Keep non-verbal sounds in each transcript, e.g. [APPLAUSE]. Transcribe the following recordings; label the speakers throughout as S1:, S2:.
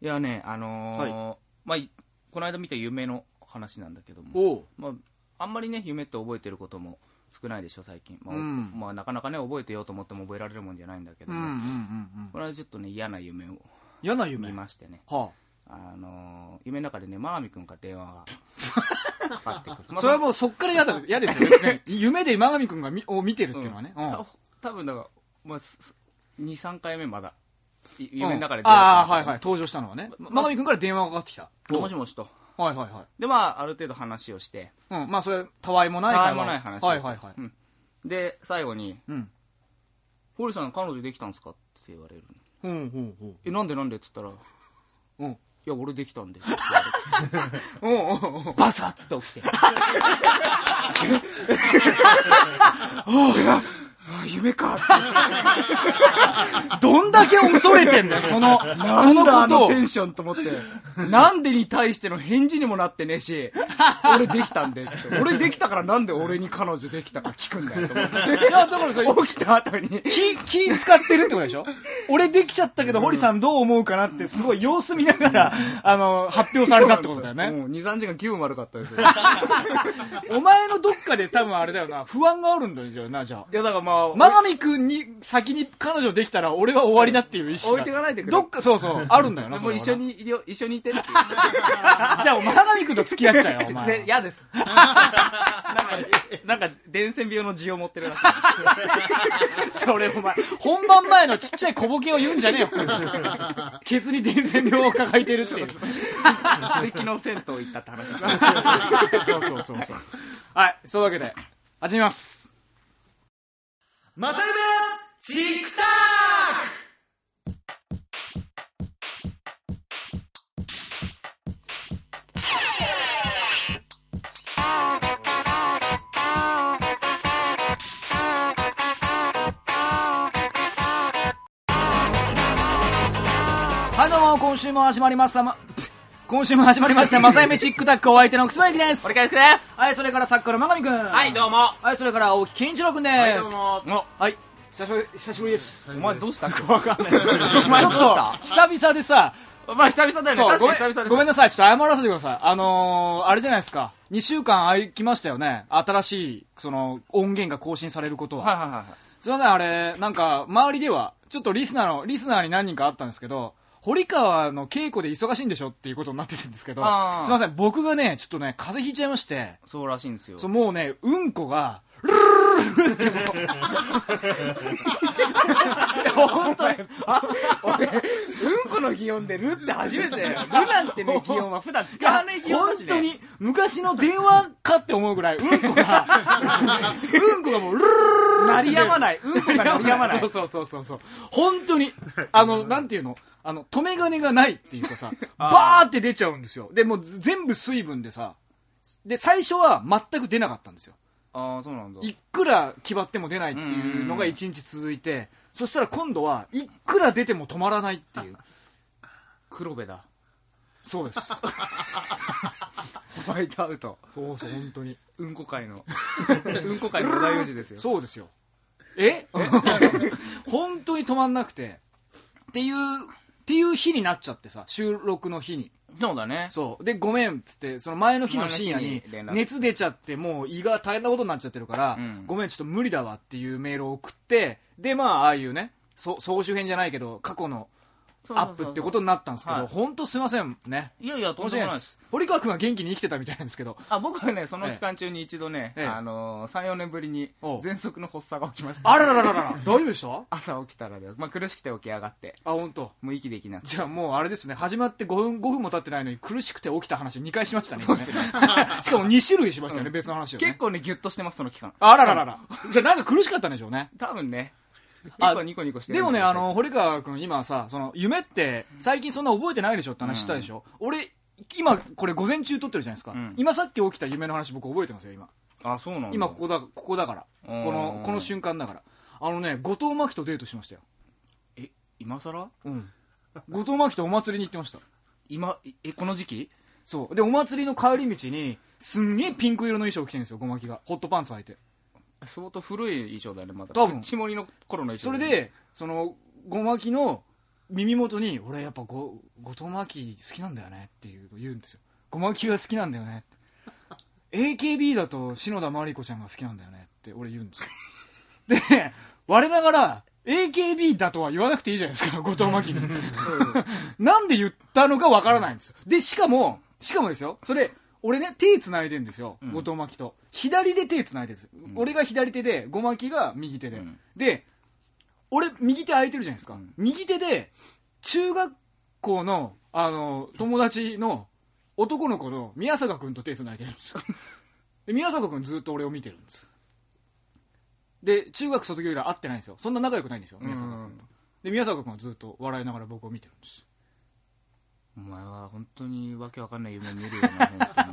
S1: いやね、あのーまあ、いこの間見た夢の話なんだけども、
S2: おう
S1: まあ、あんまりね、夢って覚えてることも少ないでしょ、最近。まあ、
S2: うん
S1: まあなかなかね、覚えてようと思っても覚えられるもんじゃないんだけど
S2: うんうんう
S1: も、
S2: んう
S1: こ
S2: ん
S1: れはちょっとね、嫌な夢を
S2: 嫌な夢
S1: 見
S2: は
S1: ましてね、
S2: あ
S1: あのー夢の中でね、マーミ君から電
S2: [LAUGHS]
S1: 話がかかってくる。まあ
S2: それはもうそっから嫌だ嫌ですよね夢で今上君がみを見てるっていうのはね、
S1: う
S2: うんん
S1: た多分だから、まあ、23回目まだい
S2: うん
S1: 夢の中で
S2: ああ
S1: 話
S2: はいはい登場したのはね
S1: ま
S2: 真上君から電話がかかってきた
S1: もしもしと
S2: はいはいは
S1: でまあある程度話をして
S2: い、うん、まあそれたわいもない
S1: たわ
S2: 会
S1: い
S2: 話
S1: もない話です
S2: はいはいはい、
S1: うんで最後に
S2: うん
S1: 「堀さん彼女できたんですか?」って言われる
S2: ほうんうんうん
S1: 「えなんでなんで?」っつったら「い
S2: うん
S1: や俺でき [LAUGHS] たんで」って言われてうんうんうんバサッつって起き [LAUGHS] てああ夢かって
S2: どんだけ恐
S1: [LAUGHS]
S2: れてんだよ、その、そ
S1: な
S2: の
S1: んだあ
S2: ことを
S1: テ。ンションと思って。なんでに対しての返事にもなってねえし、俺できたんでって。俺できたからなんで俺に彼女できたか聞くんだよと思って。
S2: いや、だからさ、
S1: 起きた後に。
S2: 気、気使ってるってことでしょ俺できちゃったけど、堀さんどう思うかなって、すごい様子見ながら、あの、発表されたってことだよね。
S1: もう2、3時間気分悪かったですよ。
S2: お前のどっかで多分あれだよな、不安があるんだよな、じゃあ。
S1: いやだからまあ、
S2: 真上くんに先に彼女できたら俺は終わりだっていう意識が。
S1: 置いてかないでくれ
S2: どっか、そうそう、あるんだよな、
S1: もう一緒
S2: それはな。
S1: にいよ、一緒にいてって
S2: じゃあ、真上くんと付き合っちゃうよ、お前
S1: ぜ
S2: は。
S1: 嫌です。 [LAUGHS] なんか、なんか、伝染病の字を持ってるらしい。 [LAUGHS]
S2: それお前、本番前のちっちゃい小ボケを言うんじゃねえよ。ケツに伝染病を抱えてるっていう。
S1: で昨日銭湯行ったって話です。
S2: そうそうそうそう。はい、そういうわけで、始めます。
S3: マサイベチクタ
S2: はい、どうも、今週も始まりました。ま、 [LAUGHS] 今週も始まりました、まさゆめチックタックお相手のくつばゆきです。
S1: 俺からです。
S2: はい、それからサッカーの真上くん。は
S3: はい、どうも。
S2: はい、それから青木健一郎くんです。はい、どうも。
S1: お
S2: はい、久しぶり、久しぶりです。
S1: お前どうしたか [LAUGHS] わかんない。お
S2: ち
S1: 前
S2: ょ
S1: ど
S2: っ
S1: う
S2: と
S1: した、
S2: 久々でさ、
S1: まあ久々だよね。
S2: そう
S1: 確
S2: ご
S1: か
S2: め
S1: に久々
S2: ん、
S1: です
S2: ごめんなさい、ちょっと謝らせてください。あのー、あれじゃないですか、2週間空きましたよね、新しい、その、音源が更新されることは。
S1: はいはいはいはい。
S2: すいません、あれ、なんか、周りでは、ちょっとリスナーの、リスナーに何人かあったんですけど、堀川の稽古で忙しいんでしょっていうことになってるんですけど、すい
S1: あー
S2: ません、僕がね、ちょっとね、風邪ひいちゃいまして、
S1: そうらしいんですよ。
S2: そうもうね、うんこが、
S1: 本当に。俺、うんこの擬音でるって初めてだよ。るなんてね、擬音は普段使わねえ擬音だ
S2: 本
S1: しね。
S2: 当に、昔の電話かって思うぐらい、うんこが、うんこがもう、ルルルルルル
S1: 鳴りやまない。うんこが [LAUGHS] 鳴りやまない
S2: そう。そうそうそうそう本当にあのなんていうのあの止め金がないっていうかさバーって出ちゃうんですよでもう全部水分でさで最初は全く出なかったんですよ
S1: ああ、そうなんだ。
S2: いくら決まっても出ないっていうのが1日続いてそしたら今度はいくら出ても止まらないっていう
S1: 黒部だ。
S2: そうです
S1: ホワイトアウト。
S2: そうそう本当に
S1: うんこ界 [LAUGHS] の。うんこ界の大王子ですよ。
S2: そうですよ [LAUGHS] え本当に止まんなくてっていうっていう日になっちゃってさ収録の日に
S1: そうだね。
S2: そう。で、ごめんっつって、その前の日の深夜に
S1: 前の日に連、絡
S2: 熱出ちゃって、もう胃が大変なことになっちゃってるから、
S1: うん
S2: ごめん、ちょっと無理だわっていうメールを送って、で、まあ、ああいうね、そ総集編じゃないけど、過去の
S1: そう
S2: アップってことになったんですけ
S1: は
S2: ど、
S1: い
S2: 本当すいませんね。
S1: いやいや、と
S2: 申
S1: ん
S2: し
S1: でもな
S2: 訳ない
S1: い
S2: で
S1: です。
S2: す。堀川くんは元気に生きてたみたいなんですけど、
S1: あ、僕はね、その期間中に一度ね、
S2: ええ
S1: あのー、3、4年ぶりに
S2: おう、
S1: 喘息の発作が起きました。
S2: あららららら
S1: [LAUGHS]
S2: ら、大丈夫でしたあ、
S1: 朝起きたらで、まあ苦しくて起き上がって、
S2: 本当。
S1: もう息できなくて。
S2: じゃあもうあれですね、始まって5分、5分も経ってないのに苦しくて起きた話2回しましたね。今ね [LAUGHS] しかも2種類しましたよね、別の話をね。
S1: 結構ね、ギュッとしてます、その期間。
S2: あらららら。じゃあなんか苦しかったんでしょうね。
S1: 多分ね。結
S2: あ
S1: 構ニコニコしてる
S2: で
S1: ん
S2: も
S1: す
S2: ね、
S1: よ
S2: あ、の、堀川君今さ、その、夢って、最近そんな覚えてないでしょって話したでしょ、俺、今、これ午前中撮ってるじゃないですか。
S1: うん
S2: 今さっき起きた夢の話僕覚えてますよ、今。
S1: あ、そうなんだ。
S2: 今ここだ、ここだから。こ
S1: うん
S2: の、この瞬間だから。あのね、後藤真希とデートしましたよ。
S1: え、今さら
S2: うん。後藤真希とお祭りに行ってました。
S1: 今、いえ、この時期
S2: そう。で、お祭りの帰り道に、すんげえピンク色の衣装着てるんですよ、ごまきが。ホットパンツ履いて。
S1: 相当古い衣装だよね、まだ。
S2: 多分
S1: ちもりの頃の衣装
S2: そ
S1: だ
S2: れ
S1: よね。
S2: で、その、ごまきの、耳元に、俺やっぱご、後藤真希好きなんだよねっていう言うんですよ。ごまきが好きなんだよね。AKB だと篠田麻里子ちゃんが好きなんだよねって俺言うんですよ。で、我ながら、AKB だとは言わなくていいじゃないですか、 [LAUGHS] 後藤真希に。なんで言ったのかわからないんですよ。で、しかも、しかもですよ、それ、俺ね、手繋いでんですよ、後藤真希と。左で手繋いでるんです。俺が左手で、後巻が右手で。
S1: うん
S2: で、俺、右手空いてるじゃないですか。
S1: ん
S2: 右手で、中学校の、あの、友達の男の子の宮坂君と手繋いでるんですよ。で宮坂君ずっと俺を見てるんです。で、中学卒業以来会ってないんですよ。そんな仲良くないんですよ、宮坂君と。で、宮坂君はずっと笑いながら僕を見てるんです。
S1: お前は本当にわけわかんない夢見るよな、本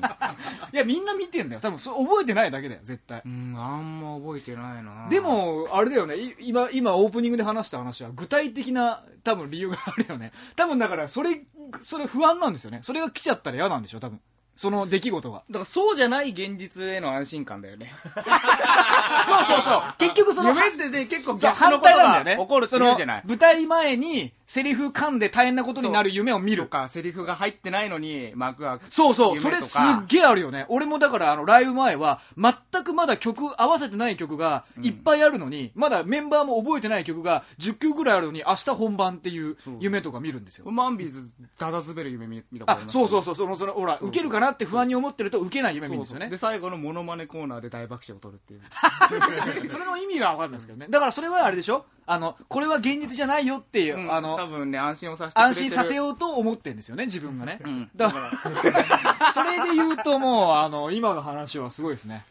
S2: いや、みんな見てんだよ。多分、それ覚えてないだけだよ、絶対
S1: 当。に。うん、あんま覚えてないな。
S2: で、も、あれだよね、い今、今オープニングで話した話は、具体的な、多分理由があるよね。多分だから、それ、それ不安なんですよね。それが来ちゃったら嫌なんでしょ、多分。その出来事が。
S1: だからそうじゃない現実への安心感だよね。
S2: [LAUGHS] そうそうそう。結局その、
S1: 夢ってね、結構
S2: そう
S1: 逆の
S2: 反
S1: こと
S2: 対なん
S1: が
S2: だよね。
S1: 起こるって
S2: そ
S1: 言
S2: の
S1: うじゃない。
S2: 舞台前に、セリフ噛んで大変なことになる夢を見
S1: と
S2: る。
S1: か、セリフが入ってないのに、幕が開く。
S2: そうそう、そ
S1: 夢
S2: れ
S1: とか
S2: すっげえあるよね。俺もだから、あの、ライブ前は、全くまだ曲、合わせてない曲がいっぱいあるのに、まだメンバーも覚えてない曲が10曲ぐらいあるのに、明日本番っていう夢とか見るんですよ。
S1: マンビーズ、だだ滑る夢見見たこと
S2: あ
S1: あり、ます
S2: そうそうそう、その、その、ほら、受けるかなって不安に思ってると、受けない夢見るんです
S1: そう
S2: よ
S1: そう
S2: ね
S1: で、。最後のモノマネコーナーで大爆笑を取る [LAUGHS] っていう。
S2: [LAUGHS] それの意味が分かるんないですけどね。だからそれはあれでしょあの、これは現実じゃないよっていう、
S1: うん
S2: あ
S1: 多
S2: の、
S1: 分ね、安心をさせてくれてる
S2: 安心させようと思ってんですよね、自分がね。
S1: ん
S2: だから、それで言うともう、あの、今の話はすごいですね。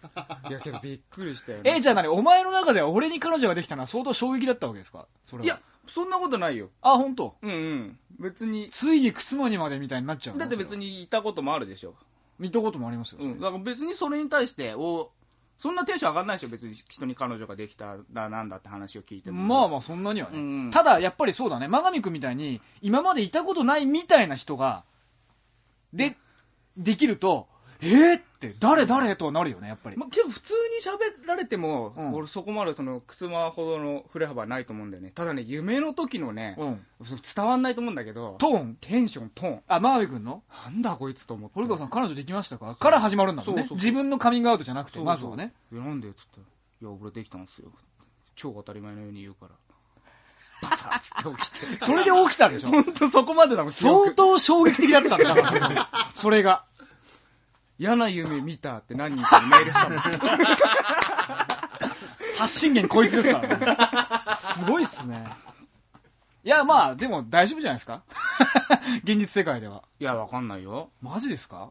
S1: いや、けどびっくりしたよね。
S2: え、じゃあ何お前の中では俺に彼女ができたのは相当衝撃だったわけですかそれは。
S1: いや、、そんなことないよ。
S2: あ、本当。
S1: うんうん。別に、
S2: ついに靴のにまでみたいになっちゃうの
S1: だって別。にいたこともあるでしょ。
S2: それは見たこともありますよ。
S1: うん。
S2: それ
S1: だから別にそれに対して、お、そんなテンション上がんないでしょ、別に人に彼女ができただなんだって話を聞いても。
S2: まあまあそんなには
S1: う
S2: ね。
S1: んうん
S2: ただやっぱりそうだね。真上君みたいに今までいたことないみたいな人が、で、できると、えー、って誰誰とはなるよね、やっぱり。
S1: まあ、けど普通に喋られても、
S2: うん
S1: 俺そこまでその靴間ほどの振れ幅はないと思うんだよねただね夢の時のね、
S2: うん。
S1: そう伝わんないと思うんだけど
S2: トーン
S1: テンショントーン
S2: あ、真上君の
S1: なんだこいつと思って
S2: 堀川さん彼女できましたかから始まるんだもんね
S1: そうそう
S2: 自分のカミングアウトじゃなく
S1: そ
S2: て、
S1: うそう
S2: まずはね。
S1: いやなんでっつったら「いや俺できたんすよ」超当たり前のように言うからバサッつって起きて
S2: それで起きたでし
S1: [LAUGHS]
S2: ょ。
S1: 本当そこまでだもん
S2: 相
S1: 記憶
S2: 当衝撃的だったんだから、それが。
S1: 嫌な夢見たって何人かにメールしたもん [LAUGHS]
S2: 発信源こいつですからね。すごいっすね。いや、まあ、でも大丈夫じゃないですか現実世界では。
S1: いやわかんないよ
S2: マジですか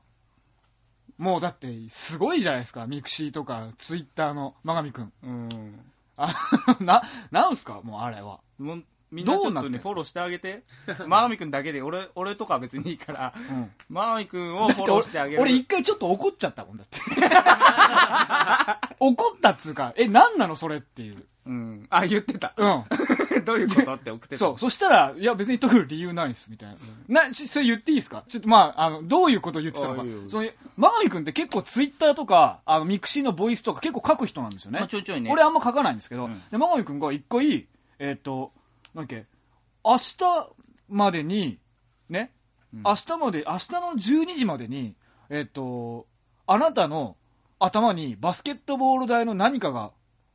S2: もうだって、すごいじゃないですか。ミクシーとか、ツイッターの真上くん。
S1: うん
S2: あ、な、なんすかもうあれは。
S1: もうみんなちょ
S2: どう
S1: っ
S2: なっ
S1: と
S2: てん
S1: ね
S2: すか
S1: フォローしてあげて [LAUGHS] 真海君だけで俺俺とかは別にいいから
S2: うん。
S1: 真海君を [LAUGHS] フォローしてあげる
S2: 俺一回ちょっと怒っちゃったもんだって。 [LAUGHS] 怒ったっつうか、え、なんなのそれっていう。
S1: うんあ言ってた [LAUGHS]
S2: うん。
S1: どういうことって送ってた
S2: そう。そしたら、いや別に特る理由ないっす、みたいな。な、ちそれ言っていいですかちょっとまあ、あの、どういうこと言ってたのか
S1: あいいよいい。よ
S2: その、マガミ君って結構ツイッターとか、あの、ミクシーのボイスとか結構書く人なんですよね。
S1: まあちょいちょいね
S2: 俺あんま書かないんですけど、
S1: うん
S2: で、マガミ君が一回、えっ、と、なんだっけ、明日までに、ね、明日まで、明日の12時までに、えっ、と、あなたの頭にバスケットボール台の何かが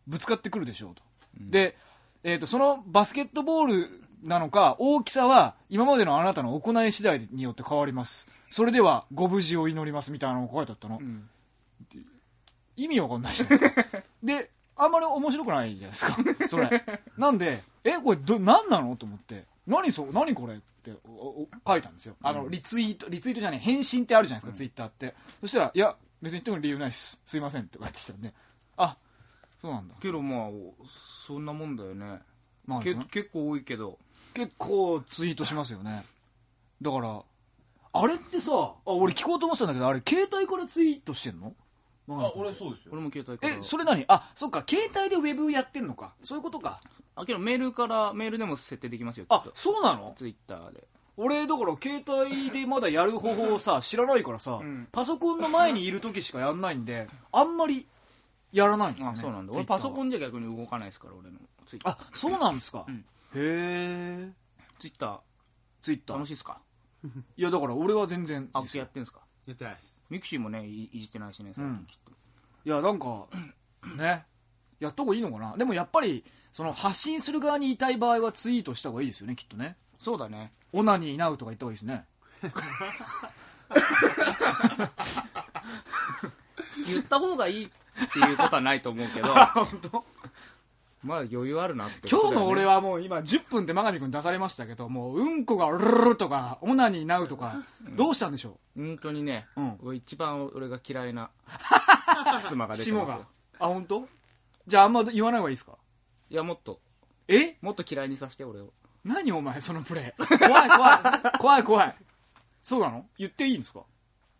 S2: ぶつかってくるでしょうと。で、えっ、と、そのバスケットボールなのか、大きさは今までのあなたの行い次第によって変わります。それでは、ご無事を祈りますみたいなのが書いてあったの。
S1: ん
S2: 意味わかんないじゃないですか。 [LAUGHS] で、あんまり面白くないじゃないですか、それ。なんで、え、これど、何なのと思って、何そ、何これっておお書いたんですよ。あの、リツイート、リツイートじゃない、返信ってあるじゃないですか、ツイッターって。そしたら、いや、別に特に理由ないです。すいませんって書いてきたんで、あ、そうなんだ。
S1: けどまあおそんなもんだよね
S2: まあ、
S1: け結構多いけど
S2: 結構ツイートしますよねだからあれってさあ俺聞こうと思ってたんだけどあれ携帯からツイートしてんの
S4: あ、俺そうですよ。
S1: 俺も携帯から
S2: えそれ何あそっか携帯でウェブやってんのかそういうことか
S1: あけどメールからメールでも設定できますよきっ
S2: あ
S1: と
S2: そうなの
S1: ツイッターで
S2: 俺だから携帯でまだやる方法を
S1: [LAUGHS]
S2: さ知らないからさ、
S1: ん
S2: パソコンの前にいる時しかやんないんであんまりやらないんですね
S1: あそうなんだ俺パソコ
S2: ン
S1: ンじゃ逆に動かないですから俺のツイッター
S2: あそうなんですか、
S1: うん
S2: へえ
S1: ツイッタ
S2: ツイッタ
S1: 楽し
S2: ー
S1: いっすか
S2: いやだから俺は全然
S1: アクセやってんすか
S4: やってないです
S1: ミクシーもねいいじってないしね最近きっと、
S2: いやなん
S1: [CLEARS THROAT]
S2: かねやった方がいいのかなでもやっぱりその発信する側にいたい場合はツイートした方がいいですよねきっとね
S1: そうだね
S2: オナニーナウとか言った方がいいですね
S1: 言った方がいいっていうことはないと思うけど [LAUGHS] まあ余裕あるなって
S2: 今日の俺
S1: は
S2: はもう今10分で真上君出されましたけどもううんこがルルルとかオナニーナウとかどうしたんでしょ
S1: 本当にね、
S2: うん
S1: 俺一番俺が嫌 [LAUGHS] いな妻が
S2: う
S1: 出てま
S2: 霜
S1: す
S2: が
S1: よ
S2: あ本当？じゃああんま言わない方がいいですか
S1: いやもっと
S2: え
S1: もっと嫌いにさせて俺を
S2: 何お前そのプレイ怖い怖い怖い怖いそうなの言っていいんですか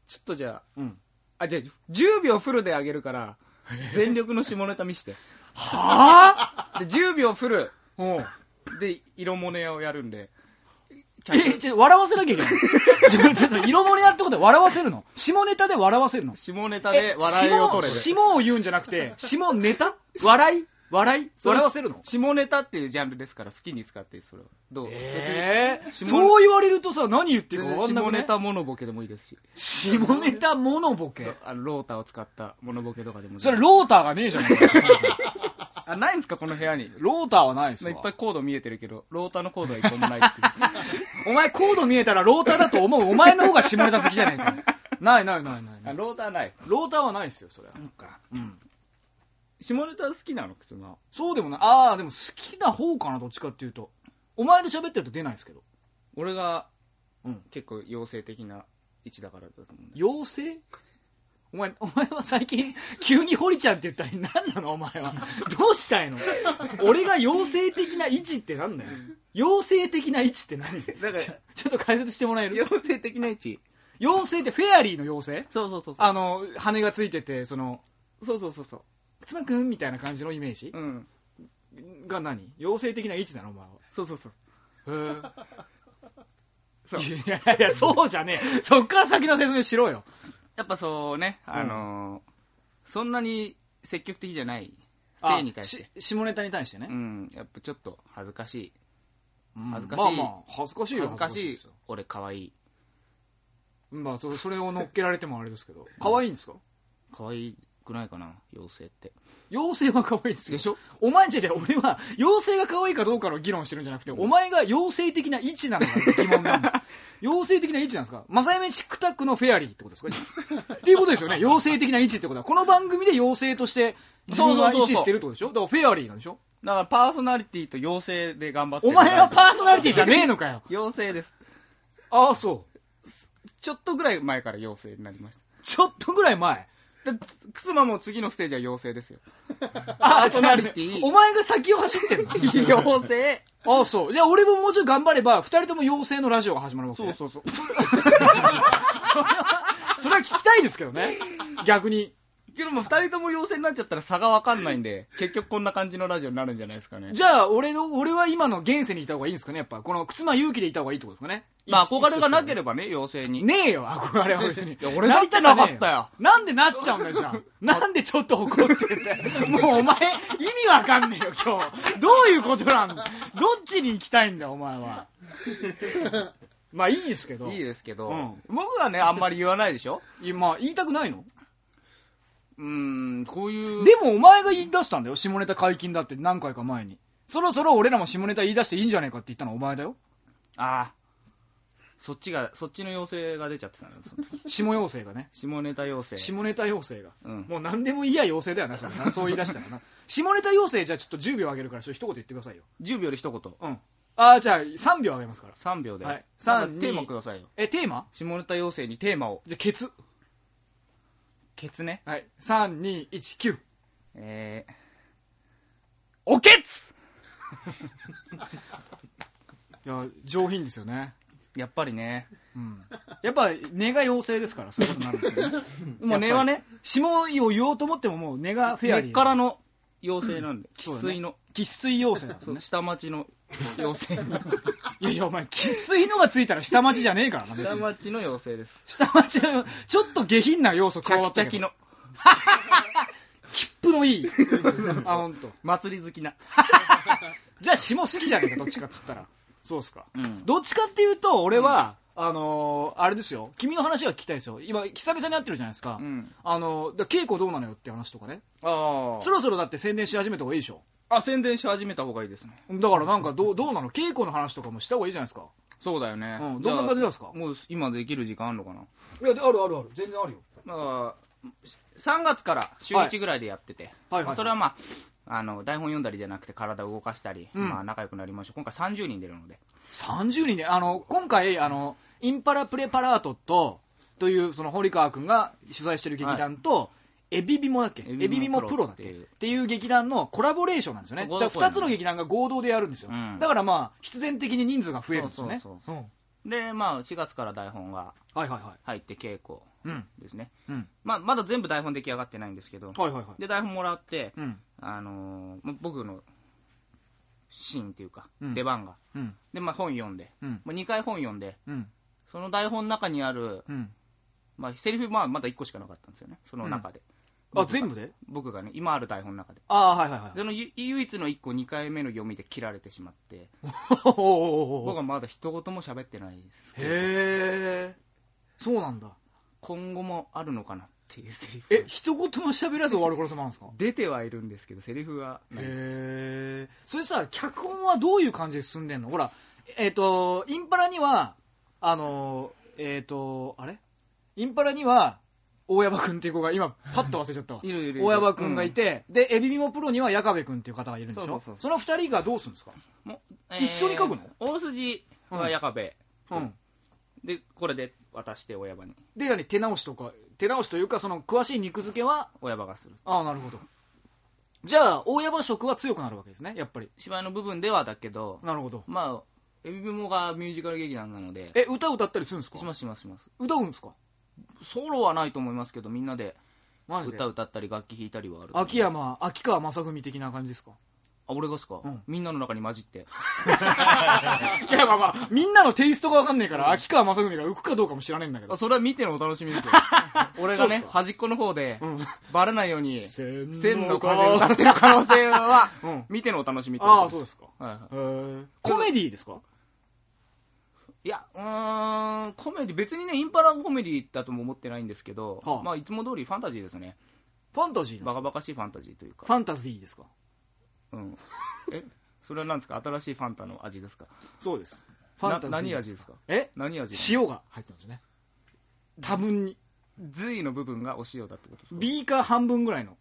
S1: ちょっとじゃあ
S2: うん
S1: あじゃあ10秒フルであげるから全力の下ネタ見 [LAUGHS] してはあで10秒フル
S2: おう
S1: で色モネをやるんで
S2: え、ちょ、笑わせなきゃいけない。ちょちょっと、色盛りやってことで笑わせるの。下ネタで笑わせるの。
S1: 下ネタで笑いを取れる
S2: 下下を言うんじゃなくて、下ネタ笑い笑い笑わせるの
S1: 下ネタっていうジャンルですから好きに使っていいそれはどう、
S2: ええ
S1: 下ネ
S2: そう言われるとさ、何言ってる
S1: 別に
S2: か分かんな
S1: 下
S2: く
S1: ネ
S2: ね
S1: タモノボケでもいいですし
S2: 下ネタモノボケ。
S1: あのローターを使ったモノボケとかでもいい
S2: それ、ローターがねえじゃん。
S1: あないんですかこの部屋に
S2: [LAUGHS] ローターはないです
S1: まあ
S2: わ
S1: いっぱいコード見えてるけどローターのコードは一個もないっていう
S2: お前コード見えたらローターだと思う。お前の方が下ネタ好きじゃねえか。 [LAUGHS] ないないないない
S1: [LAUGHS]
S2: な
S1: あ
S2: い。
S1: ローターない
S2: ローターはないですよ、それは。
S1: なんか、下ネタ好きなの靴の
S2: そうでもない。ああ、でも好きな方かな、どっちかっていうと。お前で喋ってると出ないですけど。
S1: 俺が、
S2: うん
S1: 結構妖精的な位置だからだと思うんだよ
S2: 妖精お前、お前は最近、 [LAUGHS] 急に堀ちゃんって言ったり、何なのお前は。どうしたいの俺が妖精的な位置ってなんだよ。妖精的な位置って何
S1: だから
S2: ちょちょっと解説してもらえる
S1: 妖精的な位置
S2: 妖精ってフェアリーの妖精
S1: そうそうそうそう
S2: あの、羽がついてて、その、
S1: そうそうそうそ
S2: 妻くんみたいな感じのイメージ
S1: ううん
S2: が何妖精的な位置なのお前は。
S1: そうそうそうそう
S2: いやいや、そうじゃねえ。そっから先の説明しろよ。
S1: やっぱそうねあのーそんなに積極的じゃない
S2: あ
S1: 性に対して
S2: し下ネタに対してね
S1: う。んやっぱちょっと恥ずかしい恥ずかしい、
S2: まあまあ、恥ずかしいよ
S1: 恥ずかしい
S2: ですよ
S1: 俺可愛い
S2: まあそそれを乗っけられてもあれですけど可愛いんですか
S1: 可愛くないかな妖精って
S2: 妖精は可愛いですよ
S1: でしょ
S2: お前じゃじゃ俺は妖精が可愛いかどうかの議論してるんじゃなくて、お前が妖精的な位置なのか疑問な
S1: [LAUGHS]
S2: んです妖精的な位置なんですかマサイメチックタックのフェアリーってことですかっていうこ
S1: [LAUGHS]
S2: とですよね妖精的な位置ってことはこの番組で妖精として自分が位置してるってことでしょだからフェアリーなんでしょ
S1: だからパーソナリティと妖精で頑張って
S2: お
S1: る
S2: 前はパーソナリティじゃねえのかよ
S1: 妖精です
S2: ああそう
S1: ちょっとぐらい前から妖精になりまし
S2: ちょっとぐらい前
S1: たでつくつまも次のステージは妖精ですよ
S2: [LAUGHS] あ
S1: ーソナリティ
S2: [LAUGHS] お前が先を走ってるの
S1: 妖精
S2: ああ、そう。じゃあ俺ももうちょい頑張れば、二人とも妖精のラジオが始まるわけ、
S1: そう
S2: ね、
S1: そうそう
S2: それは聞きたいですけどね。逆に。
S1: けども二人とも妖精になっちゃったら差が分かんないんで結局こんな感じのラジオになるんじゃないですかね
S2: じゃあ、俺の、俺は今の現世にいた方がいいんですかねやっぱ、この、靴間勇気でいた方がいいってことですかね
S1: まあ憧れがなけ
S2: れ
S1: ればね妖精に
S2: ねえよ、憧れは別に。
S1: いや俺だってなかったよ
S2: なりたねえなんでなっちゃうんだよ、じゃ
S1: [LAUGHS]
S2: あ。なんでちょっと怒ってんだよ。もうお前、意味わかんねえよ、今日。どういうことなんだどっちに行きたいんだよ、お
S1: [LAUGHS]
S2: 前は。まあいいですけど。
S1: いいですけど、
S2: うん
S1: 僕はねあんまり言わないでしょ
S2: いやまあ言いたくないの
S1: うーんこういう
S2: でもお前が言い出したんだよ。下ネタ解禁だって何回か前に。そろそろ俺らも下ネタ言い出していいんじゃねえかって言ったのはお前だよ。
S1: ああそっちがそっちの妖精が出ちゃってたんだその時
S2: 下妖精がね。
S1: 下ネタ妖精
S2: 下ネタ妖精が。
S1: うん
S2: もう何でもいいや妖精だよな、それなそう言い出し
S1: [LAUGHS]
S2: たらな。下ネタ妖精じゃあちょっと10秒あげるから、それ一言言ってくださいよ。
S1: 10秒で一言
S2: うん。ああ、じゃあ3秒あげますから。
S1: 3秒で、
S2: はい
S1: なん
S2: 3
S1: かテーマくださいよ
S2: え、テーマ
S1: 下ネタ妖精にテーマを
S2: じゃあケツ。
S1: ケツね
S2: はい。3、2、1、9。
S1: えー、おけ [LAUGHS] つ
S2: いや、上品ですよね。
S1: やっぱりね
S2: やっぱ、根が妖精ですから、そういうことになるんですよね。
S1: もう根はね
S2: 下を言おうと思ってももう根がフェア
S1: 根
S2: リー。
S1: っからの妖精なんで生
S2: そうだね
S1: 粋の、
S2: 生粋妖精だもんね
S1: そう下町の妖
S2: [LAUGHS]
S1: 精
S2: いやいや、お前、生粋のがついたら下町じゃねえからな、別
S1: 下
S2: に
S1: 町の妖精です
S2: 下町の、ちょっと下品な要素
S1: チ
S2: 加
S1: ャ
S2: わ
S1: キ
S2: っ
S1: チ
S2: た
S1: ャ
S2: け
S1: キ
S2: ど。
S1: の
S2: 切符のいい。 [LAUGHS] あ、ほんと。
S1: 祭り好きな
S2: じゃあ、下好きじゃねえか、どっちかっつったら。そうっすか、
S1: うん
S2: どっちかっていうと俺は、あのーあれですよ君の話は聞きたいですよ今久々に会ってるじゃないですか、
S1: うん
S2: あのーだ稽古どうなのよって話とかね
S1: あ
S2: そろそろだって宣伝し始めた方がいいでしょ
S1: あ宣伝し始めた方がいいですね
S2: だからなんかどうどうなの稽古の話とかもした方がいいじゃないですか
S1: そうだよね、
S2: うんどんな感じなんですか
S1: あもう今できる時間あるのかない
S2: やであるあるある全然あるよ
S1: だから3月から週1ぐらいでやってて、
S2: はいはいはい
S1: それはまああの台本読んだりじゃなくて体を動かしたり、
S2: ん
S1: まあ、仲良くなりましょう今回30人出るので
S2: 30人であの今回あのインパラプレパラートとというその堀川君が主催してる劇団と、エビビモだっけエ
S1: エビビモ
S2: ビビモプロだっけっ
S1: プ
S2: て
S1: ロっていう
S2: いう劇団のコラボレーションなんですよねだ
S1: 合
S2: から
S1: 同公演
S2: 2つの劇団が合同でやるんですよ、
S1: うん
S2: だからまあ必然的に人数が増えるんですよね
S1: そうそう
S2: うん
S1: でまあ4月から台本が
S2: はいはいは
S1: 入って稽古
S2: いうん
S1: ですね、
S2: うん
S1: まあ、まだ全部台本出来上がってないんですけど、
S2: はいはいはい
S1: で台本もらって、
S2: うん
S1: あのーま僕のシーンっていうか、
S2: うん
S1: 出番が
S2: うん
S1: で、まあ、本読んで、
S2: うん
S1: まあ、2回本読んで
S2: うん
S1: その台本の中にある、
S2: うん
S1: まあ、セリフ、まあ、まだ1個しかなかったんですよねその中で、
S2: あ全部で
S1: 僕がね今ある台本の中で
S2: ああーはいはいはい
S1: そのゆ唯一の1個2回目の読みで切られてしまって
S2: [LAUGHS] おーおーおー
S1: 僕はまだ一言も喋ってないですけど
S2: へえそうなんだ
S1: 今後もあるのかなっていうセリフ
S2: え一言も喋らず終わる殺さまなんですか
S1: 出てはいるんですけどセリフがない
S2: へえそれさ脚本はどういう感じで進んでんのほらえっ、とインパラにはあのえっ、とあれインパラには大山君っていう子が今パッと忘れちゃったわ
S1: [LAUGHS] いるいるいる
S2: 大山君がいて、でエビミモプロには矢壁君っていう方がいるんでし
S1: そ
S2: ょ
S1: うそうそう
S2: の二人がどうするんですか
S1: もう
S2: 一緒に書くの
S1: 大筋は矢壁、
S2: うん
S1: でこれで渡して親場に
S2: で何手直しとか手直しというかその詳しい肉付けは
S1: 親場がする
S2: ああなるほどじゃあ大山色は強くなるわけですねやっぱり
S1: 芝居の部分ではだけど
S2: なるほど
S1: まあエビビモがミュージカル劇団なので
S2: え歌歌ったりするんですか
S1: しますしますします
S2: 歌うんですか
S1: ソロはないと思いますけどみんなで
S2: マジで
S1: 歌歌ったり楽器弾いたりはあると思います
S2: 秋山秋川雅史的な感じですか
S1: あ俺がですか、
S2: うん
S1: みんなの中に混じって
S2: いやまあまあみんなのテイストが分かんないから、秋川雅史が浮くかどうかも知らねえんだけ
S1: あ
S2: ど
S1: それは見てのお楽しみですよ [LAUGHS] 俺
S2: そう
S1: が
S2: っす
S1: ね
S2: か
S1: 端っこの方で、
S2: ん
S1: バレないように
S2: 千の
S1: 千の風歌ってる可能性は、
S2: うん
S1: [LAUGHS] 見てのお楽しみってこと
S2: ああそうですか
S1: はいは
S2: へえコメディーですか
S1: い、いやうーんコメディ別にねインパラコメディだとも思ってないんですけど、
S2: はあ
S1: まあいつも通りファンタジーですね
S2: ファンタジーなんで
S1: バ
S2: す
S1: カ
S2: か
S1: バカしいファンタジーという
S2: フ
S1: か、
S2: ァンタジーですか
S1: うん、えそれは何ですか新しいファンタの味ですか
S2: そうですフ
S1: な
S2: ァンタジー
S1: 何味ですか
S2: え
S1: 何味
S2: 塩が入ってますね多分に
S1: 髄の部分がお塩だってことですか
S2: ビーカー半分ぐらいの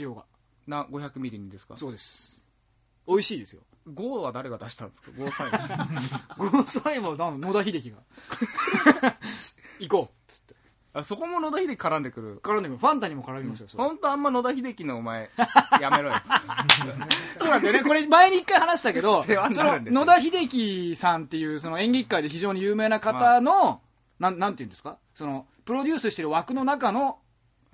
S2: 塩が
S1: な500ミリにですか
S2: そうです美味しいですよ
S1: 5は誰が出したんですか5歳
S2: ゴーサイバーの野田秀樹 [LAUGHS] が行こうっつって
S1: [LAUGHS] あそこも野田秀樹絡んでくる
S2: 絡んでくるファンタにも絡みますよそれ
S1: 本当あんま野田秀樹のお [LAUGHS] 前やめろよ
S2: そうなんだよね。これ前に一回話したけ [LAUGHS] ど、そ
S1: 世
S2: の
S1: 話になるんですよ
S2: 野田秀樹さんっていうその演劇界で非常に有名な方の、なん、なんて言うんですかその、プロデュースしてる枠の中の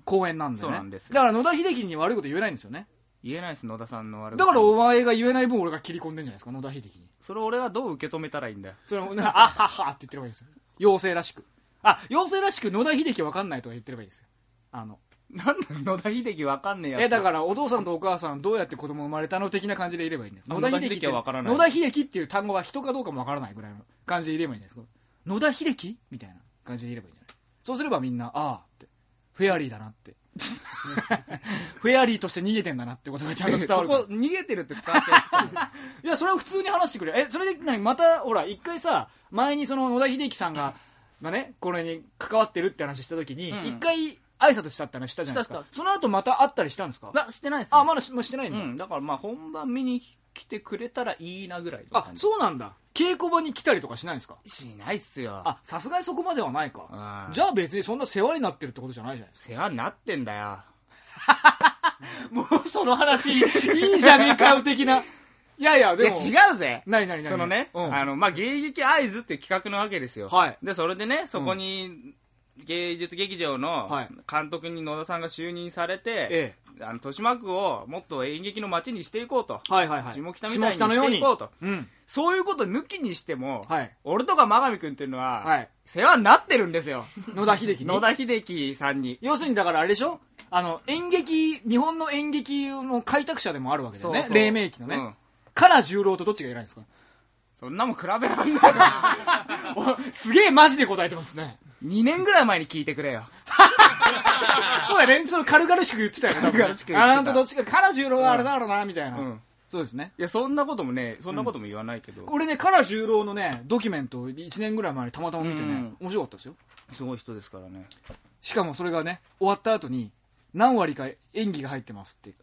S2: 公演なんだよね。
S1: そうなんですよ
S2: だから野田秀樹に悪いこと言えないんですよね。
S1: 言えないです野田さんの悪口
S2: だからお前が言えない分俺が切り込んでんじゃないですか、野田秀樹に。
S1: それ俺はどう受け止めたらいいんだよ
S2: それも、なんかあっはっはって言ってればいいですよ。妖精らしく。あ、妖精らしく野田秀樹わかんないとか言ってればいいですよ。あの、
S1: なんだ野田秀樹わかんねえやつ
S2: えだからお父さんとお母さんどうやって子供生まれたの的な感じでいればいいんだよ
S1: あ
S2: って
S1: 野田秀樹は分からない
S2: 野田秀樹っていう単語は人かどうかもわからないぐらいの感じでいればいいんじゃないですか野田秀樹みたいな感じでいればいいんじゃないそうすればみんなああって [LAUGHS] フェアリーだなってフェアリーとして逃げてんだなってことがちゃんと伝わ
S1: そ
S2: る
S1: こ
S2: から
S1: 逃げてるって伝わっちゃう
S2: いやそれは普通に話してくれよえそれで何またほら一回さ前にその野田秀樹さんががねこれに関わってるって話した時に
S1: うん
S2: 一、回挨拶したって話したじゃないですか
S1: したし
S2: その後また会ったりしたんですか
S1: [LAUGHS] なしてないです
S2: あまだしもうしてないん
S1: う
S2: だ、
S1: んだからまあ本番見に来てくれたらいいなぐらいの
S2: あ
S1: 感じ
S2: そうなんだ稽古場に来たりとかしないんですか
S1: しないっすよ
S2: あさすがにそこまではないか
S1: あ
S2: じゃあ別にそんな世話になってるってことじゃないじゃないです
S1: 世話になってんだ [LAUGHS] よ
S2: かもうその
S1: [LAUGHS]
S2: 話いいじゃねえかよ的ないやいや
S1: い
S2: で
S1: や
S2: も
S1: 違うぜ
S2: 何何何
S1: そのね、
S2: うん
S1: あの、まあ、芸劇合図っていう企画なわけですよ。
S2: はい
S1: で、それでね、そこに、芸術劇場の
S2: はい
S1: 監督に野田さんが就任されて、
S2: え
S1: あの、豊島区をもっと演劇の街にしていこうと。
S2: はいはいはい
S1: 下北みたいにしていこうと。
S2: うん
S1: そういうこと抜きにしても、
S2: はい
S1: 俺とか真上くんっていうのは、
S2: はい
S1: 世話になってるんですよ。
S2: 野田秀樹に
S1: 野田秀樹さんに。
S2: 要するにだからあれでしょあの演劇日本の演劇の開拓者でもあるわけだよね
S1: そうそう
S2: 黎明期のね、
S1: うん
S2: から十郎とどっちが偉いんですか
S1: そんなもん比べらん [LAUGHS] ないから。
S2: おすげえマジで答えてますね。
S1: 2年ぐらい前に聞いてくれよ。
S2: そうだね。その軽々しく言ってたよね。多分ね
S1: 軽々しく言ってた
S2: あなたどっちか、カラ十郎はあれだろうな、みたいな、
S1: うん
S2: そうですね。
S1: いや、そんなこともね、そんなことも言わないけど、
S2: 俺ね、カラ十郎のね、ドキュメントを1年ぐらい前にたまたま見てね、
S1: うん
S2: 面白かったですよ。
S1: すごい人ですからね。
S2: しかもそれがね、終わった後に、何割か演技が入ってますって。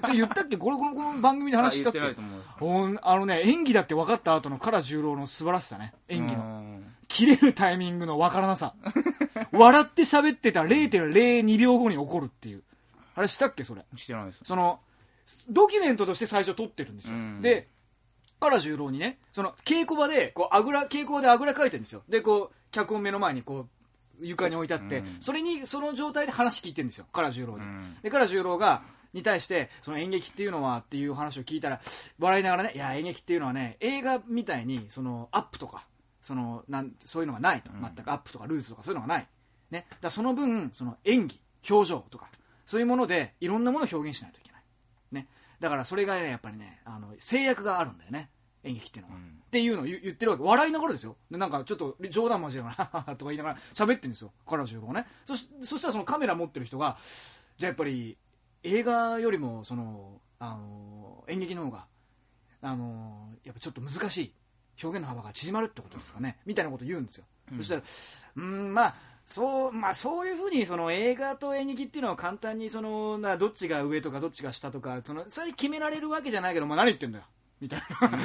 S2: それ言ったっけこれ、このこの番組で話したっけ
S1: あ言ってないと思う
S2: ほんあのね、演技だって分かった後の唐十郎の素晴らしさね。演技の。
S1: の。
S2: 切れるタイミングの分からなさ。笑って喋ってたら0.02秒後に怒るっていう。あれしたっけそれ。
S1: してないです。
S2: その、ドキュメントとして最初撮ってるんですよ。
S1: うん
S2: で、唐十郎にね、その稽古場で、こう、あぐら、稽古場であぐらかいてるんですよ。で、こう、脚本目の前にこう、床に置いてあって、
S1: うん
S2: それに、その状態で話聞いてるんですよ。唐十郎
S1: う
S2: に。
S1: ん
S2: で、唐十郎が、に対して、その演劇っていうのはっていう話を聞いたら、笑いながらね、いや、演劇っていうのはね、映画みたいに、その、アップとか、その、なん、そういうのがないと。全くアップとかルーズとかそういうのがない。ね。だからその分、その演技、表情とか、そういうもので、いろんなものを表現しないといけない。ね。だからそれがね、やっぱりね、あの、制約があるんだよね。演劇っていうのは。
S1: うん
S2: っていうのを言言ってるわけ。笑いながらですよ。でなんかちょっと冗談交じりな [LAUGHS] がらとか言いながら喋ってるんですよ。彼女がね。そし、そしたらそのカメラ持ってる人が、じゃあやっぱり映画よりも、その、あの、演劇の方が、あの、やっぱちょっと難しい。表現の幅が縮まるってことですかね。みたいなこと言うんですよ。そしたら、うーん、まあ、そう、まあ、そういうふうに、その映画と演劇っていうのは簡単に、その、などっちが上とかどっちが下とか、その、それ決められるわけじゃないけど、まあ、何言ってんだよ。みたいな。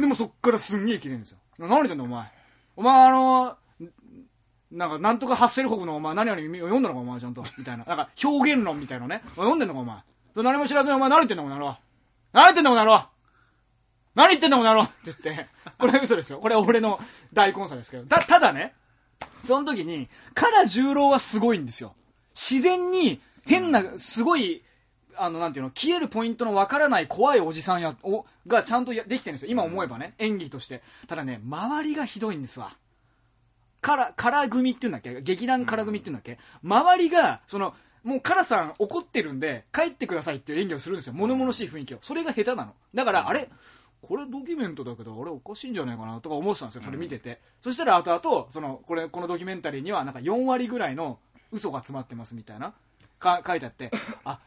S2: でもそっからすんげえ切れるんですよ。な何言ってんだお前。お前あのんなんか、なんとかハッセルホフのお前何より読んだのかお前ちゃんと。みたいな。なんか表現論みたいなのね。お前読んでんのかお前。それ何も知らずにお前何言ってんだこの野郎。何言ってんだこの野郎何言ってんだこの野郎って言って。これは嘘ですよ。これは俺の大根差ですけど。た、ただね、その時に、唐十郎はすごいんですよ。自然に、変な、すごい、あの、なんていうの、消えるポイントのわからない怖いおじさんや、お、がちゃんとやできてるんですよ。今思えばね、演技として。ただね、周りがひどいんですわ。から、から組っていうんだっけ劇団から組っていうんだっけ、周りが、その、もうカラさん怒ってるんで、帰ってくださいっていう演技をするんですよ。物々しい雰囲気を。それが下手なの。だから、あれこれドキュメントだけど、あれおかしいんじゃないかなとか思ってたんですよ。それ見てて。そしたら後々、その、これ、このドキュメンタリーには、なんか4割ぐらいの嘘が詰まってますみたいな、か、書いてあって、あ、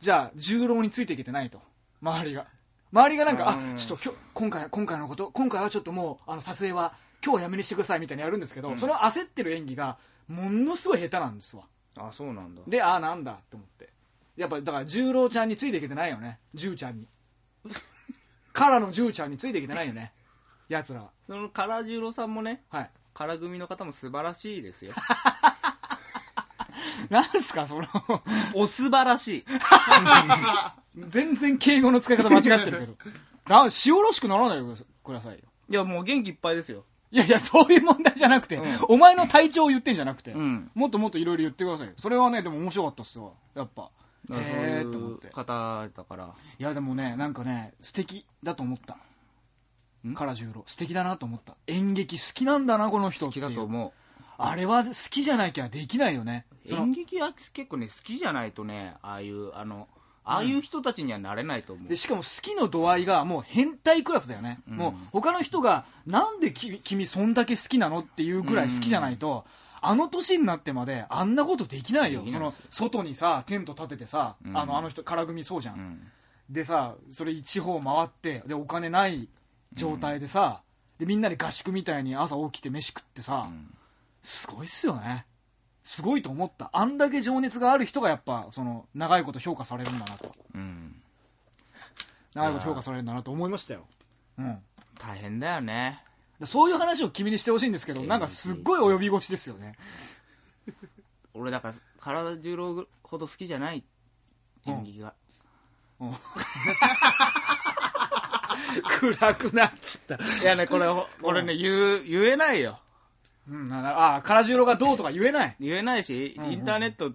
S2: じゃあ、重郎についていけてないと。周りが。周りがなんか、あ
S1: う、ん
S2: ちょっと今日、今回、今回のこと、今回はちょっともう、あの、撮影は、今日はやめにしてくださいみたいにやるんですけど、その焦ってる演技が、ものすごい下手なんですわ。
S1: あ、そうなんだ。
S2: で、ああ、なんだって思って。やっぱ、だから、十郎ちゃんについていけてないよね。十ちゃんに。からの十ちゃんについていけてないよね。奴らは。
S1: その、唐十郎さんもね、
S2: はい。
S1: 唐組の方も素晴らしいですよ。 [LAUGHS]
S2: なんすか、その、
S1: お素晴らしい。
S2: 全然敬語の使い方間違ってる
S1: [LAUGHS]
S2: けど。だ、塩らしくならないでくださくださいよ。
S1: いや、もう元気いっぱいですよ。
S2: いやいや、そういう問題じゃなくて、お前の体調を言ってんじゃなくて、
S1: ん
S2: もっともっといろいろ言ってくださいよ。それはね、でも面白かったっすわ。やっぱ。
S1: だからそう
S2: えーっ
S1: い
S2: と思っ
S1: う
S2: て。
S1: 方だから。
S2: いやでもねなんかね素敵だと思った唐十郎素敵だなと思った演劇好きなんだなこの人
S1: 好
S2: って
S1: き
S2: い
S1: だと
S2: う
S1: 思
S2: あれは好きじゃなきゃできないよね
S1: う。
S2: その
S1: 演劇は結構ね、好きじゃないとね、ああいう、あの、ああいう人たちにはなれないと思う
S2: で。しかも好きの度合いがもう変態クラスだよね、もう他の人がなんで君君そんだけ好きなのっていうくらい好きじゃないと、あの年になってまであんなことできないよ
S1: でき
S2: そ
S1: ないで
S2: の
S1: す
S2: 外にさテント立ててさ、
S1: ん
S2: あのあの人空組そうじゃん、
S1: うん
S2: でさそれ地方回ってでお金ない状態でさ、でみんなで合宿みたいに朝起きて飯食ってさ、
S1: ん
S2: すごいっすよねすごいと思ったあんだけ情熱がある人がやっぱその長いこと評価されるんだなと
S1: うん。
S2: 長いこと評価されるんだなと思いましたよ、うん、だか
S1: 大変だよね。
S2: らそういう話を君にしてほしいんですけど、なんかすっごい及び腰ですよね
S1: 俺だから体十郎ほど好きじゃない演劇が、
S2: [LAUGHS] 暗くなっちゃった
S1: いやねこ [LAUGHS] れほこれね言う言えないよ
S2: うんなんだあ唐十郎がどうとか言えない
S1: 言えないし、インターネット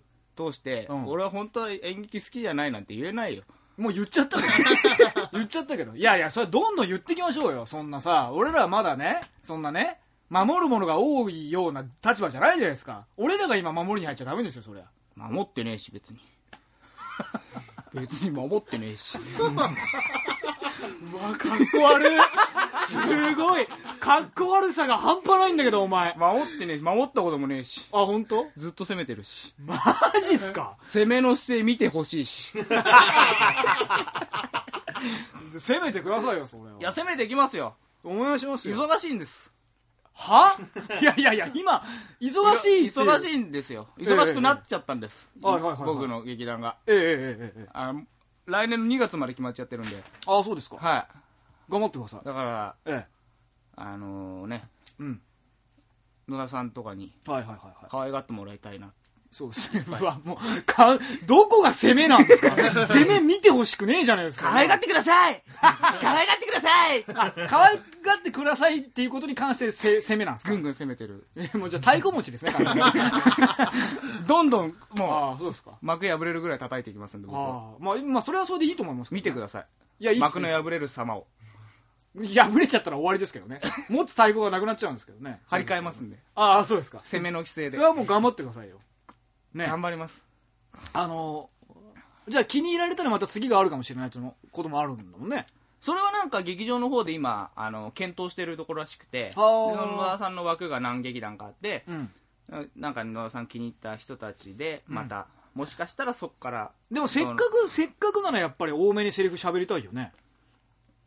S1: 通して、
S2: うん
S1: 俺は本当は演劇好きじゃないなんて言えないよ、
S2: もう言っちゃったけど [LAUGHS] 言っちゃったけどいやいやそれどんどん言ってきましょうよそんなさ俺らはまだねそんなね守るものが多いような立場じゃないじゃないですか俺らが今守りに入っちゃダメですよそりゃ
S1: 守ってねえし [LAUGHS] 別に別に守ってねえし
S2: うわかっこ悪いすごいかっこ悪さが半端ないんだけどお前あ
S1: 守ってね守ったこともねえし
S2: 本当？
S1: ずっと攻めてるし
S2: マジっすか
S1: 攻めの姿勢見てほしいし
S2: 攻めてくださいよそれはい
S1: や攻めていきますよ
S2: お願いしますよ
S1: 忙しいんです
S2: [LAUGHS] はいやいやいや今忙しいって
S1: 忙し
S2: い
S1: いんですよ忙しくなっちゃったんです、
S2: ええはいはいはいはい
S1: 僕の劇団が
S2: ええええええええ
S1: あ来年の2月まで決まっちゃってるんで
S2: ああそうですか
S1: は
S2: 頑張ってください
S1: いだから
S2: え
S1: あのね
S2: えうん
S1: 野田さんとかに
S2: はいはいはいはい
S1: 可愛がってもらいたいな
S2: そうですね [LAUGHS] うわもうかどこが攻めなんです [LAUGHS] か攻め見てほしくねえじゃないですか
S1: ってください可愛がってください
S2: あ [LAUGHS] 可愛がってくださいっていうことに関してせ攻めなんですか
S1: ぐんぐん攻めてる
S2: えもうじゃあ太鼓持ち [LAUGHS] ですね完全に
S1: どんどんも
S2: ああそうですか
S1: う幕破れるぐらい叩いていきますんで僕は
S2: ああまあ、まあ、それはそれでいいと思いますけどね
S1: 見てください
S2: いやいいっす
S1: 幕の
S2: いいっす
S1: 破れる様を
S2: 破れちゃったら終わりですけどね持つ太鼓がなくなっちゃうんですけどね
S1: 張り替えますんで
S2: ああそうですか
S1: 攻めの姿勢で
S2: それはもう頑張ってくださいよね
S1: 頑張ります
S2: あのじゃあ気に入られたらまた次があるかもしれないっていうのこともあるんだもんね
S1: それはなんか劇場の方で今あの検討してるところらしくてで
S2: あー
S1: 野田さんの枠が何劇団かあって
S2: うん
S1: なんか野田さん気に入った人たちでまたもしかしたらそこから
S2: でもせっかくせっかくならやっぱり多めにセリフ喋りたいよね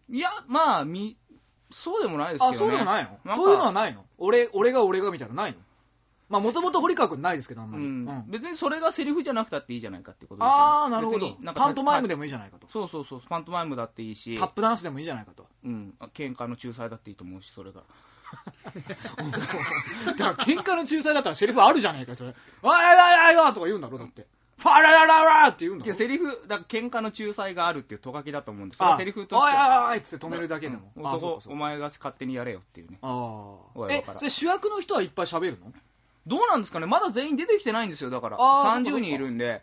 S1: いやまあみそうでもないですけど
S2: あ
S1: ね
S2: そうでもないの
S1: んか
S2: そういうのはないの俺俺が俺がみたいなのないのまあもともと堀川君ないですけどあんま
S1: う
S2: り、
S1: ん
S2: うん
S1: 別にそれがセリフじゃなくたっていいじゃないかってことですよね
S2: ああなるほ
S1: 別
S2: ど
S1: になんか
S2: パントマイムで
S1: た
S2: もいいじゃないかと
S1: そうそうそうパントマイムだっていいし
S2: タップダンスでもいいじゃないかと
S1: うん喧嘩の仲裁だっていいと思うしそれが
S2: だから喧嘩の仲裁だったらセリフあるじゃねえかそれ「あいあいあいあい」とか言うんだろだって「ファララララ」って言うんだ
S1: いや
S2: ろ
S1: セリフだから喧嘩の仲裁があるっていうと書きだと思うんです
S2: あ
S1: セリフと
S2: お
S1: し
S2: い
S1: て
S2: おいおいっつって止めるだけでも
S1: うん
S2: あ
S1: そ
S2: そう
S1: こ
S2: かそう
S1: お
S2: か
S1: 前が勝手にやれよっていうね
S2: あ
S1: お
S2: あ
S1: い
S2: え
S1: わからん
S2: それ主役の人はいっぱい喋るの
S1: どうなんですかねまだ全員出てきてないんですよだから
S2: あーそうかそ
S1: 30
S2: うか
S1: 人いるんで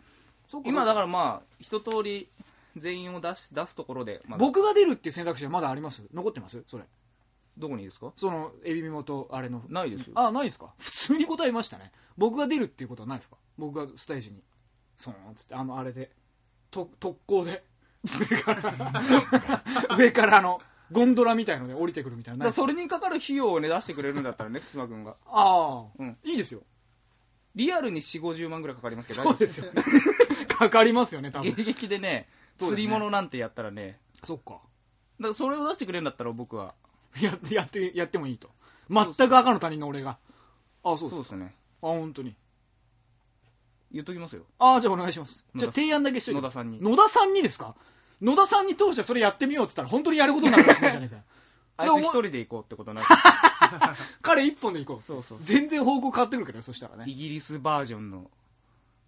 S1: 今
S2: 今
S1: だ
S2: だか
S1: からまあ一通り全員を出し出すところで、ま
S2: ら
S1: あ、
S2: 僕が出るっていう選択肢はまだあります残ってますそれ
S1: どこにですか
S2: そのエビミモとあれの
S1: ないですよ
S2: あないですか普通に答えましたね僕が出るっていうことはないですか僕がステージにそのつってあのあれでと特攻で上から上からのゴンドラみたいので降りてくるみたい
S1: だか
S2: なな
S1: ら
S2: いですか
S1: それにかかる費用をね出してくれるんだったらね [LAUGHS] 福島君が
S2: ああ、
S1: うん
S2: いいですよ
S1: リアルに4 5 0万ぐらいかかりますけど
S2: そうですよねかかりますよね多分
S1: 現役でね
S2: [LAUGHS] そうだ
S1: 釣
S2: ね
S1: り物なんてやったらね
S2: そっか
S1: だからそれを出してくれるんだったら僕は
S2: [LAUGHS] やってやってやってもいいと全く赤の他人の俺があそ
S1: そ
S2: うで
S1: う
S2: す
S1: ですね
S2: あ本当に
S1: 言っときますよ
S2: ああじゃあお願いします
S1: 野田
S2: じゃあ提案だけしといて
S1: 野田さんに
S2: 野田さんにですか野田さんに通してそれやってみようって言ったら本当にやることになるかもしれない
S1: [LAUGHS]
S2: じゃねえかよ
S1: あい
S2: そ
S1: つ一
S2: れお前
S1: 人で行こうって
S2: [LAUGHS]
S1: ことになる
S2: 彼一本で行こう
S1: そうそう
S2: 全然方向変わってくるけどねそしたらね
S1: イギリスバージョンの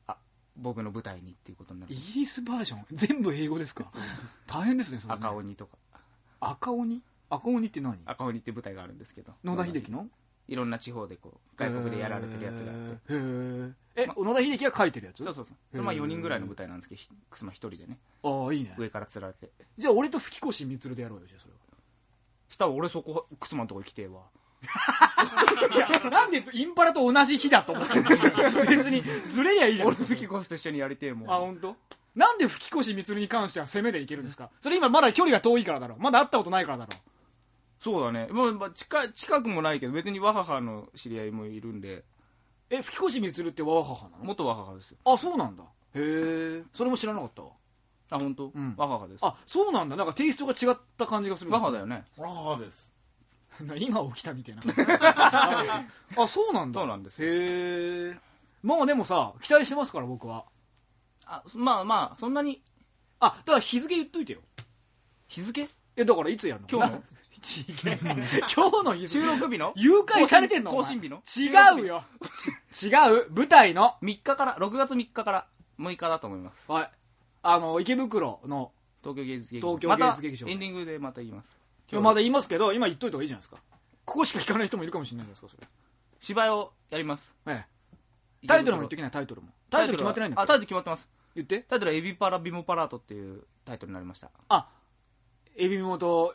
S1: あ僕の舞台にっていうことになる
S2: イギリスバージョン全部英語ですか大変ですねそれね
S1: 赤鬼とか
S2: 赤鬼赤鬼って何
S1: 赤鬼って舞台があるんですけど
S2: 野田秀樹の
S1: いろんな地方でこう外国でやられてるやつがあって
S2: へーへーえ、野田秀樹が書いてるやつ
S1: そうそうそうそれまあ4人ぐらいの舞台なんですけどひまあ一人でね
S2: ああいいね
S1: 上からつられて
S2: じゃあ俺と吹越充でやろうよじゃあそれは
S1: したら俺そこ靴間のとこ行きてえわ
S2: いや、なんでインパラと同じ日だと思ってるんですよ別に、ずれりゃいいじゃん。
S1: 俺と吹越と一緒にやりてえもん
S2: あ、本当？なんで吹越光に関しては攻めでいけるんですかそれ今まだ距離が遠いからだろう。まだ会ったことないからだろう。
S1: そうだね、まあまあ、近近くもないけど別にわははの知り合いもいるんで
S2: え、吹越光ってわわははなの
S1: 元わははですよ
S2: あ、そうなんだ。へえ。それも知らなかったわ。
S1: あ本当、
S2: ん
S1: わははですわ
S2: あ、そうなんだ。なんかテイストが違った感じがする。
S1: はだよね
S4: ああです
S2: な [LAUGHS] 今起きたみたいな
S1: [LAUGHS]
S2: あそうなんだ
S1: そうなんですよ
S2: へえまあでもさ期待してますから僕は
S1: あまあまあそんなに
S2: あだから日付言っといてよ
S1: 日付
S2: えだからいつやるの
S1: 今日の
S2: な違う今日の日付
S1: 収録日の
S2: 誘拐されてんの
S1: 更新日の
S2: お前違うよ [LAUGHS] 違う舞台の
S1: 3日から6月3日から6日だと思います
S2: はいあの池袋の
S1: 東京芸術劇場
S2: 東京芸術劇場
S1: またエンディングでまた言います
S2: 今日まだ言いますけど今言っといた方がいいじゃないですかここしか聞かない人もいるかもしれないじゃないですか
S1: 芝居をやります
S2: それ、ええ、タイトルも言っときないタイトルもタイトル決まってないんだ
S1: あ
S2: っ
S1: タ
S2: け
S1: イトル決まってます
S2: 言って
S1: タイトルは「エビパラビモパラート」っていうタイトルになりました
S2: あエビモと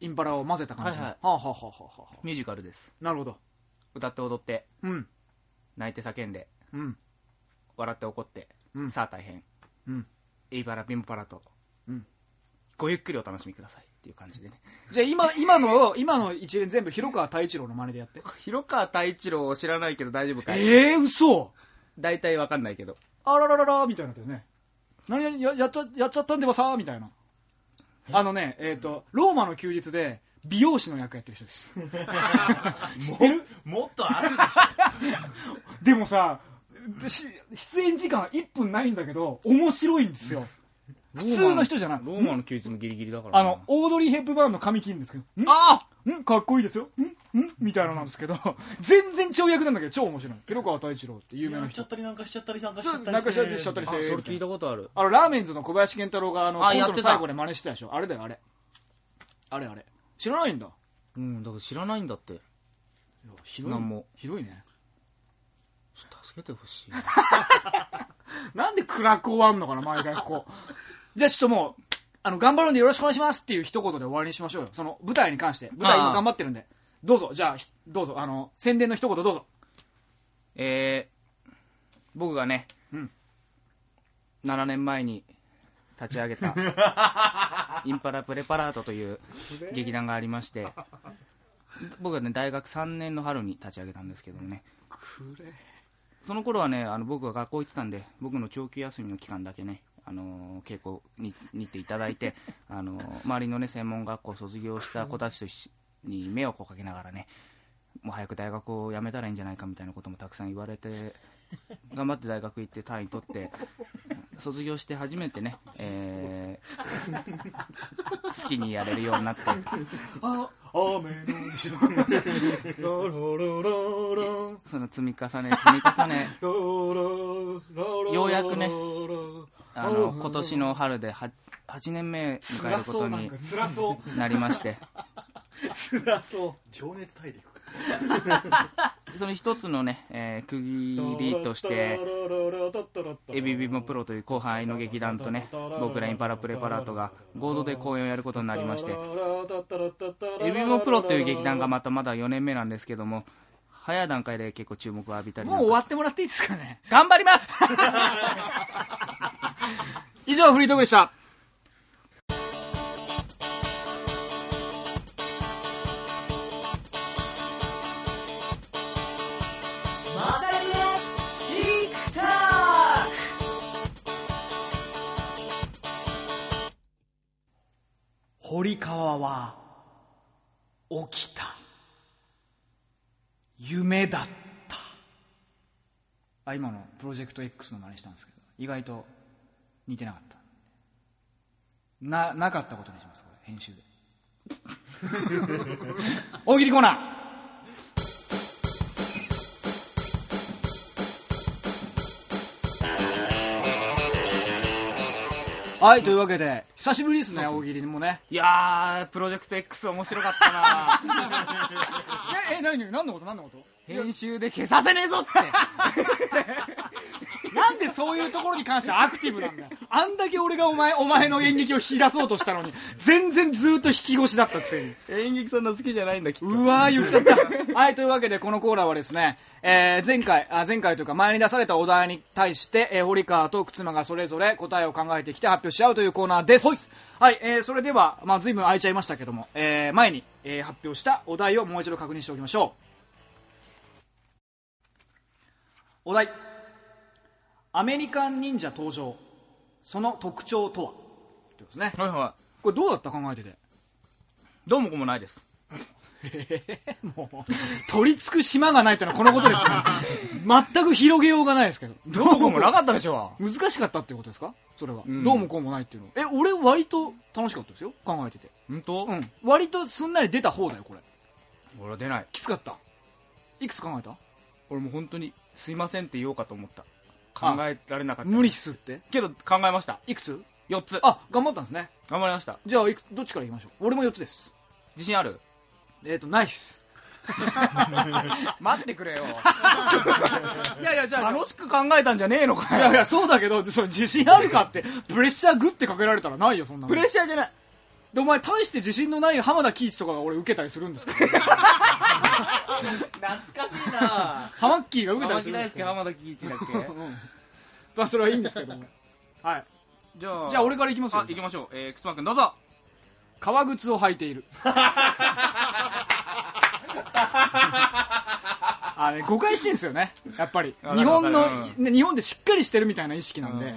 S2: インパラを混ぜた感じの
S1: はいはい
S2: はあはあはあはあはあ
S1: ミュージカルです
S2: なるほど
S1: 歌って踊って
S2: うん
S1: 泣いて叫んで
S2: うん
S1: 笑って怒って、
S2: うん
S1: さあ大変
S2: うん
S1: エイバラビンパラと、
S2: うん
S1: ごゆっくりお楽しみくださいっていう感じでね
S2: じゃあ今、今の、今の一連全部広川太一郎の真似でや
S1: [LAUGHS]
S2: って。
S1: [LAUGHS] 広川太一郎を知らないけど大丈夫かい
S2: ええ嘘
S1: 大体わかんないけど
S2: あららららみたいなだよね。何やややっちゃやっちゃったんでばさーみたいな。あのね、えっ、と、ローマの休日で美容師の役やってる人
S4: [LAUGHS]
S2: です。
S4: もっとあるでし
S2: でもさ、し出演時間1分ないんだけど、面白いんですよ。普通の人じゃない。
S1: ローマの休日もギリギリだからな
S2: あの、オードリー・ヘップバーンの髪切るんですけど、んあんかっこいいですよ。んんみたいなのなんですけど、全然跳躍なんだけど、超面白い。広川太一郎って有
S4: ょ
S2: 名
S4: や
S2: な
S4: っちゃ
S2: 人
S4: っ。たりなんかしちゃったりなんかしちゃ
S2: そ
S4: っ
S2: う、
S4: たり
S2: なんかしちゃったりしちゃったり
S1: あ
S2: し
S1: そ
S2: て
S1: れ
S2: るみた
S1: 聞
S2: い
S1: い
S2: な
S1: たことある
S2: あの、ラーメンズの小林健太郎が、あの、
S1: あ
S2: コン
S1: や
S2: ト
S1: っ
S2: の
S1: てた
S2: 最後で真似してたでしょ。あれだよ、あれ。あれあれ。知らないんだ。
S1: うんだから知らないんだって
S2: ひ
S1: どい
S2: なんも。ひどいね。
S1: 助けてほしい
S2: なんで暗く終わんのかな、毎回ここ。 [LAUGHS] じゃあちょっともう、あの、頑張るんでよろしくお願いしますっていう一言で終わりにしましょうよ。その、舞台に関して。舞台今頑張ってるんで。どうぞ、じゃあ、ひどうぞ、あの、宣伝の一言どうぞ。
S1: えー僕がね、
S2: うん
S1: 7年前に立ち上げ
S2: [LAUGHS]
S1: たインパラプレパラートという劇団がありまして僕はね大学3年の春に立ち上げたんですけどもねその頃はねあの僕は学校行ってたんで僕の長期休みの期間だけねあのー稽古にに行っていただい
S2: [LAUGHS]
S1: てあのー周りのね専門学校卒業した子たちと一緒に目をこうかけながらねもう早く大学を辞めたらいいんじゃないかみたいなこともたくさん言われて頑張って大学行って単位取って卒業して初めてね、えー好きにやれるようになって
S4: あ雨の日ロロロロロ
S1: その積み重ね積み重ね
S4: ロロロロ
S1: ようやくね
S4: ロロ
S1: あの今年の春で 8, 年目迎える
S4: 辛
S1: こ
S4: そ
S1: と
S4: うなん
S1: に
S4: か辛そ
S1: なりまして
S4: う辛そう情熱大陸
S1: その一つのね、えー区切りとしてエビビもプロという後輩の劇団とね僕らインパラプレパラートが合同で公演をやることになりましてエビモプロという劇団がまたまだ4年目なんですけども早い段階で結構注目を浴びたり
S2: もう終わってもらっていいですかね。
S1: 頑張ります [LAUGHS]
S2: 以上、フリートークでした。
S3: マサイのチークタック
S2: 堀川は起きた夢だったあ今のプロジェクト X の真似したんですけど意外と似てなかったななかったことにしますこれ編集で [LAUGHS] 大喜利コーナーはいというわけで久しぶりですね大喜利もね
S1: いやープロジェクト X 面白かった [LAUGHS] な
S2: ええ何何のこと何のこと
S1: 編集で消させねえぞっつって
S2: なんでそういうところに関してはアクティブなんだよあんだけ俺がお前お前の演劇を引き出そうとしたのに全然ずーっと引き越しだったくせに
S1: [LAUGHS] 演劇そんな好きじゃないんだきっと
S2: うわー言っちゃったはいというわけでこのコーナーはですね、えー前回あ前回というか前に出されたお題に対して、えー堀川と忽那がそれぞれ答えを考えてきて発表し合うというコーナーですはい、えーそれでは、まあ、随分空いちゃいましたけども、えー前に、えー発表したお題をもう一度確認しておきましょうお題アメリカン忍者登場その特徴とはということですね
S1: はいは
S2: これどうだった考えてて
S1: いどうもこうもないです
S2: [LAUGHS] もう取り付く島がないというのはこのこ
S1: [LAUGHS]
S2: とですね全く広げようがないですけどどう
S1: どうもこうもなかったでしょ
S2: 難しかったっていうことですかそれは、どうもこうもないっていうのえ俺割と楽しかったですよ考えてて
S1: 本当
S2: うん割とすんなり出た方だよこれ
S1: 俺は出ない
S2: きつかったいくつ考えた
S1: 俺もう本当にすいませんって言おうかと思った考えられなかった
S2: 無理っすって
S1: けど考えました
S2: いくつ
S1: 4つ
S2: あ頑張ったんですね
S1: 頑張りました
S2: じゃあいくどっちからいきましょう俺も4つです
S1: 自信ある
S2: えっ、とナイス
S1: 待ってく [LAUGHS] れよ
S2: いやいやじ
S1: 楽しく考えたんじゃねえのか
S2: い
S1: よ
S2: やいやそうだけどその自信あるかってプレッシャーグってかけられたらないよそんなの
S1: プレッシャーじゃない
S2: でお前大して自信のない浜田喜一とかが俺受けたりするんですけど
S1: [LAUGHS] 懐かしいな
S2: ハマッキーが受けた
S1: 浜
S2: りす
S1: 木
S2: るん
S1: 大
S2: ですけ
S1: 輔
S2: ど、
S1: 浜田喜一だっ
S2: [LAUGHS]
S1: け
S2: まあ、それはいいんですけどもはい
S1: じゃあ
S2: じゃあ俺からいきますよ
S1: あ行きましょうえー、くつまくんどうぞ
S2: 革靴を履いてい
S1: [LAUGHS]
S2: るあれ誤解してんですよねやっぱり
S1: わかる
S2: 日本の
S1: わかる
S2: ね日本でしっかりしてるみたいな意識なんで、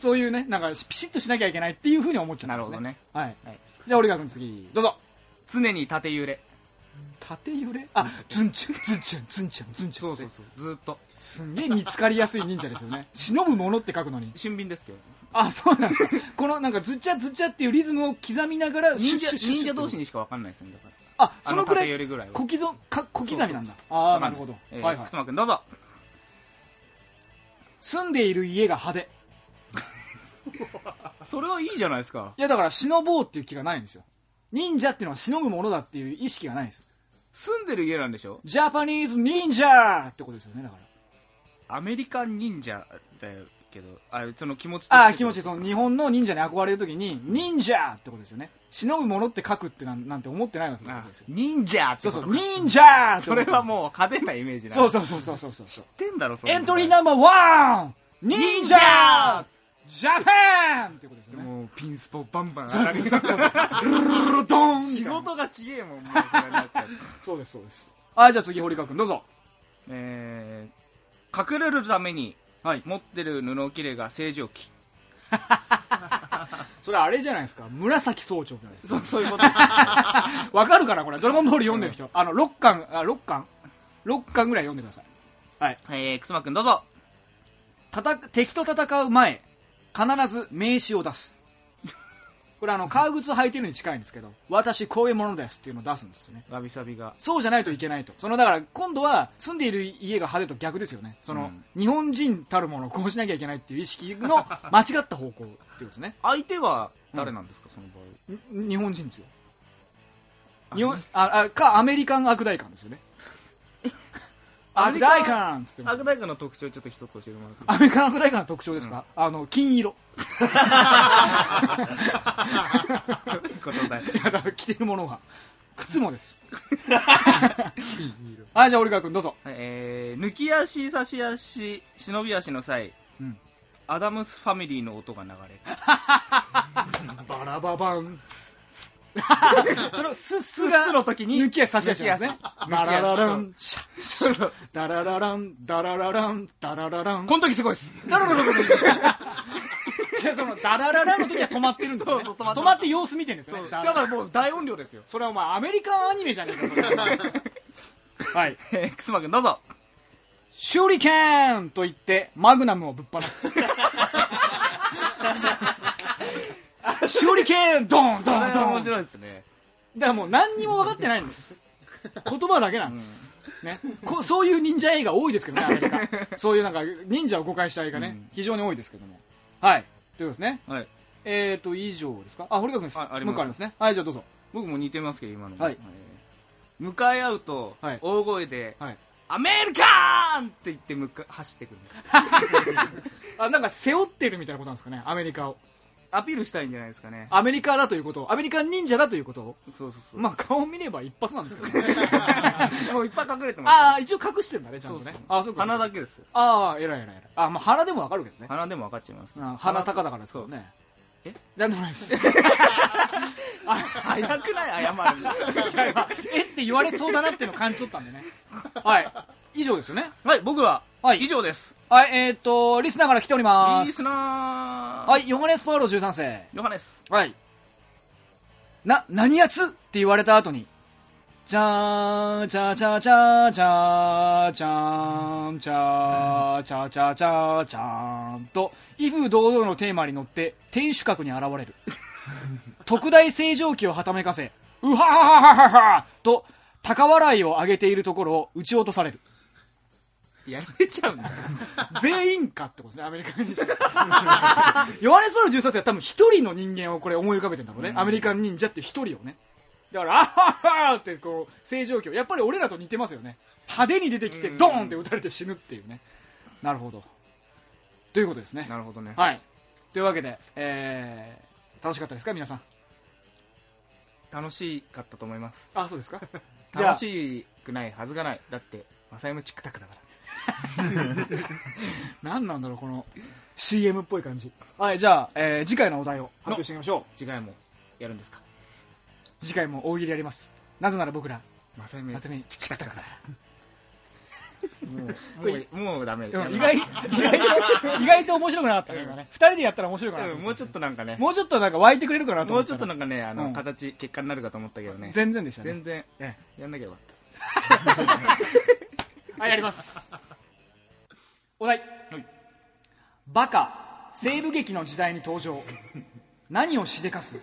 S2: そういうねなんかピシッとしなきゃいけないっていうふうに思っちゃったんです、ね、
S1: なる
S2: はい、
S1: はい
S2: じゃあ折川君次どうぞ
S1: [LAUGHS] 常に縦揺れ
S2: 縦揺れあズンチュンズンチュンズンチュンズンチュン
S1: そうずーっと
S2: すんげえ見つかりやすい忍者ですよね忍ぶものって書くのに
S1: 俊敏です
S2: [LAUGHS]
S1: けど
S2: あそうなんですかこのなんかズッチャズッチャっていうリズムを刻みながら
S1: 忍者忍者同士
S2: に
S1: にしか分かんないですねだから
S2: あ
S1: あ
S2: そのくら
S1: 縦寄り
S2: い
S1: ぐらいは
S2: 小刻か小刻みなんだああなるほど、
S1: えー
S2: はいはい
S1: くつまくんどうぞ
S2: 住んでいる家が派手
S1: それはいいじゃないですか
S2: いやだから忍ぼうっていう気がないんですよ忍者っていうのは忍ぐものだっていう意識がないんです
S1: 住んでる家なんでしょ
S2: ジャパニーズ忍者ってことですよねだから
S1: アメリカン忍者だけどあその気持ち
S2: ああ気持ちいい
S1: そ
S2: その日本の忍者に憧れるときに忍者ってことですよね忍ぶものって書くってなんなんて思ってないわけですよ
S1: 忍者って
S2: そう
S1: こと
S2: そ
S1: か
S2: う忍者
S1: それは
S2: う
S1: もう派手なイメージな
S2: そう
S1: 知
S2: そうそうそうそうそうそう
S1: ってんだろそれ
S2: エントリーナンバーワン忍者ジャパンってことですよね
S1: もうピンスポバンバン上がる仕事が [LAUGHS] ちげえもんもうそれになっちゃう
S2: そうですそうですあじゃあ次堀川君どうぞ
S1: えー隠れるために
S2: はい
S1: 持ってる布切れが正常期
S2: それあれじゃないですか紫総長じゃないですか
S1: そうそういうことです
S2: わかるかなこれドラゴンボール読んでる人、あの6巻あ6巻6巻ぐらい読んでください
S1: [LAUGHS] えー、くすまくんどうぞ
S2: たた敵と戦う前必ず名刺を出す [LAUGHS] これあの革靴履いてるに近いんですけど私こういうものですっていうのを出すんですよね
S1: わびさびが
S2: そうじゃないといけないとそのだから今度は住んでいる家が派手と逆ですよねその、日本人たるものをこうしなきゃいけないっていう意識の [LAUGHS] 間違った方向っていうことですね
S1: 相手は誰なんですか、その場合
S2: ん日本人ですよ日本ああかアメリカン悪大官ですよね
S1: ア
S2: [LAUGHS]
S1: メ
S2: 悪
S1: リカン
S2: 大官っつってます
S1: 悪大官の特徴ちょっと一つ教えてもらって
S2: アメリカン悪大官の特徴ですか、あの金色 [LAUGHS]
S1: いい [LAUGHS] ことだよ
S2: いやだから着てるものが靴もです [LAUGHS] はいじゃあ折川君どうぞ
S1: えー、抜き足差し足忍び足の際、
S2: うん
S1: アダムスファミリーの音が流れる
S2: バラババンそれをスッスが
S1: スッスの時に
S2: 抜き足差し足なんですね
S1: 抜き足
S2: バララランシャッシャッダララランダララランダラララン
S1: この時すごいです
S2: ダラララランいやそのダラララの時は止まってるんですよ、ね、
S1: そうそう止まって
S2: 止まって様子見てるんですよね
S1: だ
S2: ダ
S1: か
S2: ラ
S1: らもう大音量ですよ
S2: それはお前アメリカンアニメじゃねえかそれはい
S1: [LAUGHS] えー、くすまくんどうぞ
S2: シュリケーンと言ってマグナムをぶっ放すシュリケーンドンド
S1: これ
S2: ンド
S1: は面
S2: ンだか
S1: 白いですね
S2: らもう何にも分かってないんです言葉だけなんです、ね、こそういう忍者映画多いですけどねアメリカそういうなんか忍者を誤解した映画ね、非常に多いですけどもはいということですね
S1: はい
S2: えっ、ー、と以上ですかあ堀川君です
S1: ああります
S2: もう一個ありますねはいじゃあどうぞ
S1: 僕も似てますけど今のも、
S2: はい
S1: えー向かい合うと、
S2: はい
S1: 大声で、
S2: はい
S1: アメリカーン!」って言って向か走ってくる
S2: あなんか背負ってるみたいなことなんですかねアメリカを
S1: アピールしたいんじゃないですかね
S2: アメリカだということをアメリカ忍者だということを
S1: そうそうそう、
S2: まあ顔見れば一発なんですけどね [LAUGHS]
S1: もういっぱい隠れてます
S2: ああ一応隠してんだねちゃんとねあそうか
S1: 鼻だ
S2: け
S1: けですよ
S2: ああ偉い偉い偉いあまあ鼻でもわかるけどね
S1: 鼻でも分かっちゃい
S2: [LAUGHS]
S1: ますけど
S2: うん鼻高だからですけどね
S1: え
S2: なんでもない [LAUGHS] ですい
S1: 早くない謝るの
S2: や今えって言われそうだなっていうのを感じ取ったんでね [LAUGHS] はい以上ですよね
S1: [LAUGHS] はい僕は、
S2: はい
S1: 以上です
S2: はいえっ、ー、とリスナーから来ております
S1: リスナー
S2: はいヨハネスパウロ13世
S1: ヨハネス
S2: はいな何やつって言われた後にじゃーん、ちゃーちゃーちゃーちゃーちゃーん、ちゃーちゃーちゃーちゃーちゃーんと、威風堂々のテーマに乗って、天守閣に現れる。特大正常期をはためかせ、うははははははと、高笑いを上げているところを撃ち落とされる。
S1: やめちゃ [LAUGHS] うんだ
S2: 全員かってことですね、アメリカ忍者。ヨハネス・パウロ13世は多分一人の人間をこれ思い浮かべてんだろうね。アメリカン忍者って一人をね。だから、あははってこう、正常期を。やっぱり俺らと似てますよね。派手に出てきて、ドーンって撃たれて死ぬっていうね。なるほど。ということですね
S1: な。るほどね
S2: はい。というわけで、えー、楽しかったですか、皆さん。
S1: 楽しかったと思います
S2: あ、そうで
S1: [LAUGHS]
S2: すか。じゃあ
S1: 楽しくないはずがないだってマサイムチックタックだから
S2: 何なんだろう、この CM っぽい感じ。はい、じゃあ、えー次回のお題を発表していきましょう。
S1: 次回もやるんですか
S2: 次回も大喜利やりますなぜなら僕ら
S1: まさみ
S2: 夏目チクタクだ
S1: もうもうもうダメ
S2: でも意外
S1: [LAUGHS]
S2: 意外意外と面白くなかったね今ね2人でやったら面白いかな
S1: うんもうちょっとなんかね
S2: もうちょっとなんか湧いてくれるかな
S1: も
S2: と思
S1: う
S2: った
S1: ちょっとなんかねあの、
S2: うん
S1: 形結果になるかと思ったけどね
S2: 全然でしたね
S1: 全然
S2: え
S1: やんなきゃよかった
S2: えはいやりますお題、バカ西部劇の時代に登場何をしでかす